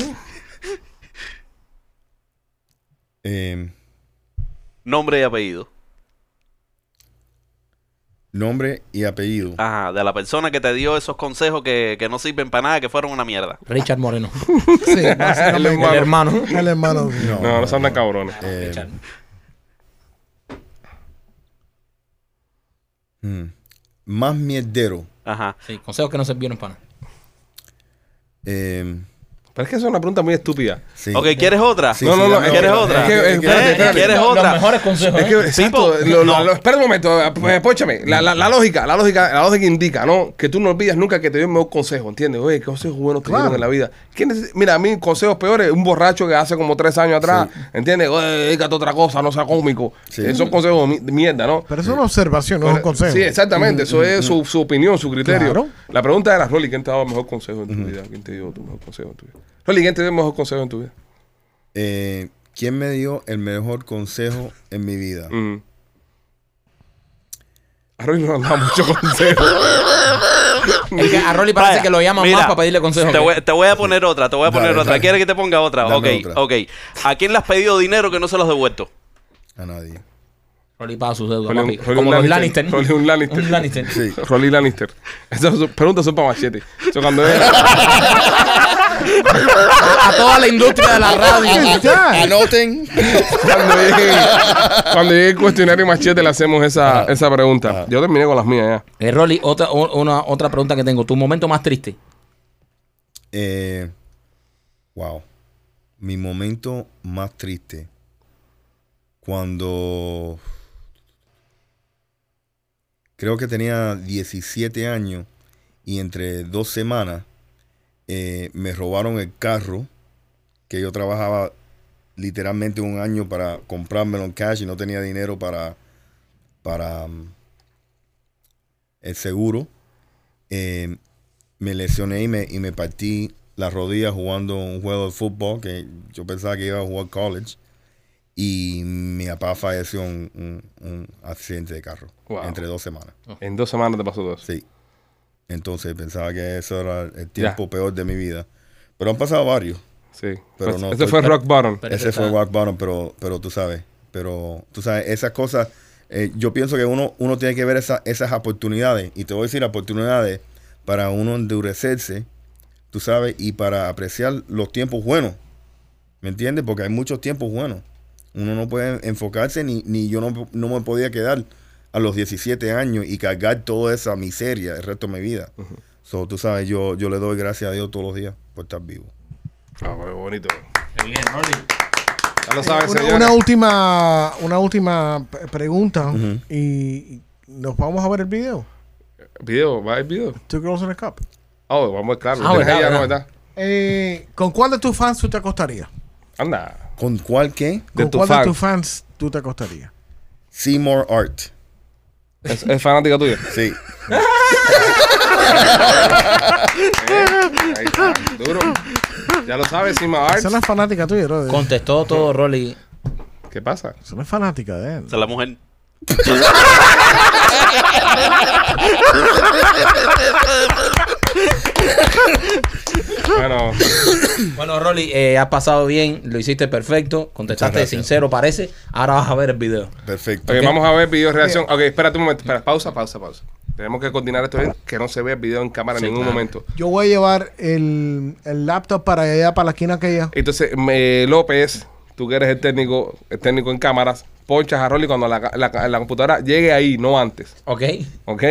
F: Eh,
E: Nombre y apellido.
F: nombre y apellido.
A: Ah,
E: Ajá, de la persona que te dio esos consejos que, que no sirven para nada, que fueron una mierda.
C: Richard Moreno,
D: Sí,
A: El
D: básicamente.
C: el
A: hermano.
C: hermano.
D: El hermano.
F: No,
A: No, no son tan cabrones.
F: Eh,
C: Ah, Richard.
F: mm. más mierdero.
E: Ajá.
C: Sí, consejos que no sirvieron para nada.
F: Eh,
A: Pero es que eso es una pregunta muy estúpida.
F: sí.
E: Ok, ¿quieres otra?
F: Sí, No, sí, no, no, dame
E: ¿Quieres
F: otra.
E: otra?
A: Es que,
E: ¿Eh?
A: espérate, espérate.
E: ¿Quieres
C: Los-
E: otra?
C: Los mejores consejos.
A: Es que,
C: ¿eh?
A: exacto,
E: Tipo,
A: lo- lo-
E: no.
A: lo- espera un momento, eh, póchame. La, la- la lógica, la lógica, la lógica indica, ¿no? Que tú no olvidas nunca que te dio el mejor consejo, ¿entiendes? Oye, ¿qué consejos buenos te dieron en la vida? ¿Quién es- Mira, a mí consejos peores, un borracho que hace como tres años atrás, ¿entiendes? Oye, dedícate a otra cosa, no sea cómico.
F: Sí.
A: Esos son consejos mi- de mierda, ¿no?
D: Pero eso es una observación, no es un
A: Pero-
D: consejo.
A: Sí, exactamente.
C: Mm,
A: Eso es su, su opinión, su criterio.
D: Claro.
A: La pregunta era, Rolly, ¿quién te ha dado el mejor consejo en tu vida? ¿Quién te dio tu mejor consejo en tu vida? Rolly, ¿quién te dio el mejor consejo en tu vida?
F: Eh, ¿Quién me dio el mejor consejo en mi vida?
A: Mm. A Rolly no le han dado mucho consejo.
C: Es que a Rolly parece
E: Vaya,
C: que lo llaman
E: mira,
C: más para pedirle consejos.
E: Te
C: que-
E: voy, te voy a poner otra, te voy a
F: Dale,
E: poner otra.
F: dale.
E: ¿Quieres que te ponga otra?
F: Dame
E: ok,
F: otra.
E: ok. ¿A quién le has pedido dinero que no se los has devuelto?
F: A nadie.
C: Rolly paga sus deudas,
A: Rolly un-
C: papi.
A: Rolly
C: Como
A: un
C: los
A: Lannister.
C: Lannister.
A: Rolly un Lannister.
C: Un Lannister.
F: Sí.
A: Rolly Lannister. Esas son- preguntas son para machete. Eso cuando es-
C: A toda la industria de la radio.
D: Ya.
F: Anoten.
A: cuando llegue, cuando llegue el cuestionario machete le hacemos esa, esa pregunta. Yo terminé con las mías ya.
C: Eh, Rolly, otra, o- una, otra pregunta que tengo. ¿Tu momento más triste?
F: Eh, wow. Mi momento más triste. Cuando creo que tenía 17 años y entre dos semanas eh, me robaron el carro que yo trabajaba literalmente un año para comprármelo en cash y no tenía dinero para, para mm, el seguro. Eh, me lesioné y me, y me partí la rodilla jugando un juego de fútbol que yo pensaba que iba a jugar college. Y mi papá falleció en un, un accidente de carro
A: Wow.
F: entre dos semanas.
A: En dos semanas te pasó todo eso.
F: Sí. Entonces pensaba que eso era el tiempo peor de mi vida. Pero han pasado varios.
A: Sí.
F: Pero
A: Pues,
F: no,
A: ese
F: pero-
A: fue Rock Bottom.
C: Pero
F: Ese
C: eso
F: fue
C: está-
F: rock bottom, pero, pero tú sabes. Pero tú sabes, esas cosas. eh, yo pienso que uno, uno tiene que ver esa- esas oportunidades. Y te voy a decir oportunidades para uno endurecerse, tú sabes, y para apreciar los tiempos buenos. ¿Me entiendes? Porque hay muchos tiempos buenos. Uno no puede enfocarse, ni, ni yo no, no me podía quedar a los 17 años y cargar toda esa miseria el resto de mi vida. So, tú sabes, yo, yo le doy gracias a Dios todos los días por estar vivo.
A: Ah, qué bonito.
C: Qué bien, Rolly.
A: Ya lo sabes,
D: Una,
A: señores.
D: una última, una última p- pregunta y nos vamos a ver el video.
A: Video, va el video.
D: Two Girls in a Cup.
A: Oh, vamos, claro.
C: Ah,
A: de
C: verdad,
A: ella, ¿no?
C: verdad.
A: ¿Verdad?
D: Eh, ¿Con cuál de tus fans tú te acostarías?
A: Anda.
F: ¿Con cuál qué?
A: De
D: ¿Con
A: tu
D: cuál de
A: fan.
D: tus fans tú te acostarías?
F: Seymour Art.
A: Es, es fanática tuya.
F: Sí.
A: Ahí está, duro. Ya lo sabes, Sima Arts.
D: Esa no es fanática tuya, bro.
C: Contestó todo Rolly.
A: ¿Qué pasa?
D: Esa no es fanática de él.
E: Esa es la mujer.
A: Bueno,
C: Bueno, Rolly, eh, has pasado bien, lo hiciste perfecto, contestaste
F: Muchas gracias.
C: sincero, parece. Ahora vas a ver el video.
F: Perfecto.
A: ok, vamos a ver video reacción. Ok, espérate un momento. Espera, pausa, pausa, pausa. Tenemos que coordinar esto bien, que no se vea el video en cámara en ningún momento.
D: Yo voy a llevar el, el laptop para allá, para la esquina aquella.
A: Entonces, me- López, tú que eres el técnico, el técnico en cámaras, ponchas a Rolly cuando la, la- la computadora llegue ahí, no antes.
C: ¿Ok?
A: ¿Ok?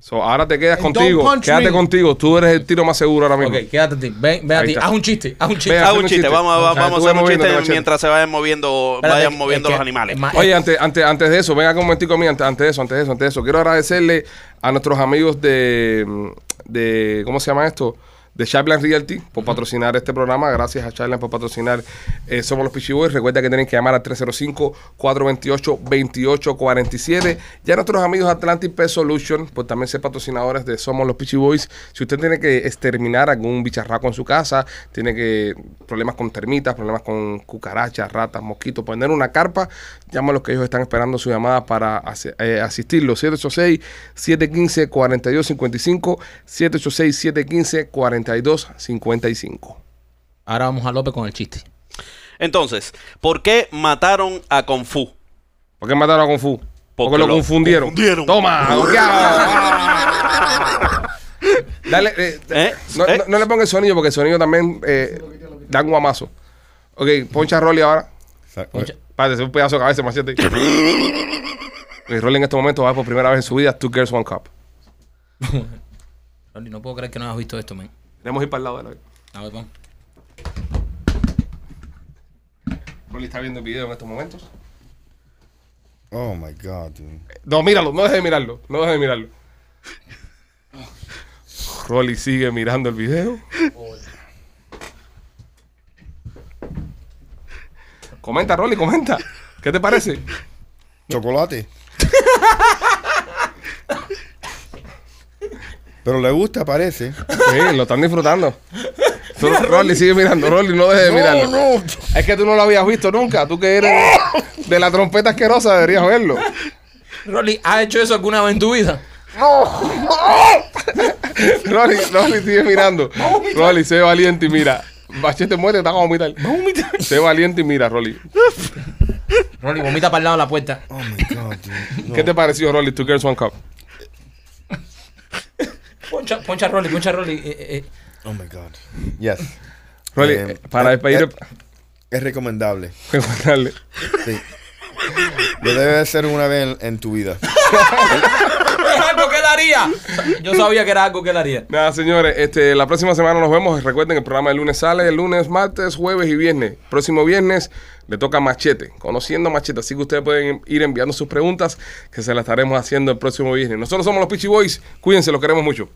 A: So, ahora te quedas
D: And
A: contigo.
D: Eh, don't punch
A: Quédate
D: me.
A: contigo. Tú eres el tiro más seguro ahora mismo.
C: Ok, quédate. a ti. Ven, ven a
A: Ahí
C: ti.
A: está.
C: Haz un chiste, haz un chiste.
A: Ve
E: Haz un chiste, vamos, a-
A: O sea,
E: vamos
A: tú
E: a hacer un
A: moviéndote,
E: chiste
A: machete.
E: mientras se vayan moviendo,
C: Espérate,
E: vayan
C: es
E: moviendo
C: que-
E: los animales.
C: ma-
A: Oye, antes, antes, antes de eso, ven acá un momentico a mí, antes, antes de eso, antes de eso, antes de eso. Quiero agradecerle a nuestros amigos de, de ¿cómo se llama esto? De Chapline Realty por patrocinar este programa. Gracias a Chapline por patrocinar eh, Somos los Pichi Boys. Recuerda que tienen que llamar al 305-428-2847. Ya nuestros amigos Atlantic Pest Solution, pues también ser patrocinadores de Somos los Pichi Boys. Si usted tiene que exterminar algún bicharraco en su casa, tiene que problemas con termitas, problemas con cucarachas, ratas, mosquitos, poner una carpa, llama a los que ellos están esperando su llamada para asi- eh, asistirlo. 786-715-4255, 786-715-4255.
C: Ahora vamos a López con el chiste.
E: Entonces, ¿por qué mataron a Kung Fu?
A: ¿Por qué mataron a Kung Fu? Porque, lo, confundieron.
E: confundieron.
A: ¡Toma! golpeado. Dale, eh,
E: ¿Eh?
A: No,
E: ¿Eh?
A: no- no le ponga el sonido porque el sonido también eh, da un guamazo. Ok, poncha a Rolly ahora.
F: Sa-
A: Padre, es un pedazo de cabeza, machete. Y Rolly en este momento va por primera vez en su vida Two Girls One Cup.
C: Rolly, no puedo creer que no has visto esto, man.
A: Tenemos que ir para el lado de la
C: A ver, pon.
A: Rolly está viendo el video en estos momentos.
F: Oh my God, dude.
A: No, míralo, no dejes de mirarlo. No dejes de mirarlo. Rolly sigue mirando el video. comenta, Rolly, comenta. ¿Qué te parece?
F: Chocolate. Pero le gusta, parece.
A: Sí, lo están disfrutando. Tú- Rolly sigue mirando, Rolly, no dejes de mirarlo. Es que tú no lo habías visto nunca. Tú que eres de la trompeta asquerosa deberías verlo.
C: Rolly, ¿has hecho eso alguna vez en tu vida?
A: Rolly, Rolly sigue mirando. Rolly, sé valiente y mira. Machete muere, está como vomitar. Sé valiente y mira, Rolly.
C: Rolly, vomita para el lado de la puerta.
F: Oh my God, dude.
A: ¿Qué te pareció, Rolly? Two Girls One Cup.
C: Poncha, poncha a Rolly, poncha a Rolly. eh, eh, eh.
F: Oh my God. Yes.
A: Rolly,
F: Eh,
A: eh, para
F: eh,
A: despedir,
F: Es recomendable.
A: recordarle.
F: Sí. Lo debe hacer una vez en, en tu vida.
C: Es algo que él haría. Yo sabía que era algo que él haría.
A: Nada, señores, este, la próxima semana nos vemos. Recuerden que el programa del lunes sale, el lunes, martes, jueves y viernes. Próximo viernes le toca Machete, conociendo Machete. Así que ustedes pueden ir enviando sus preguntas que se las estaremos haciendo el próximo viernes. Nosotros somos los Peachy Boys. Cuídense, los queremos mucho.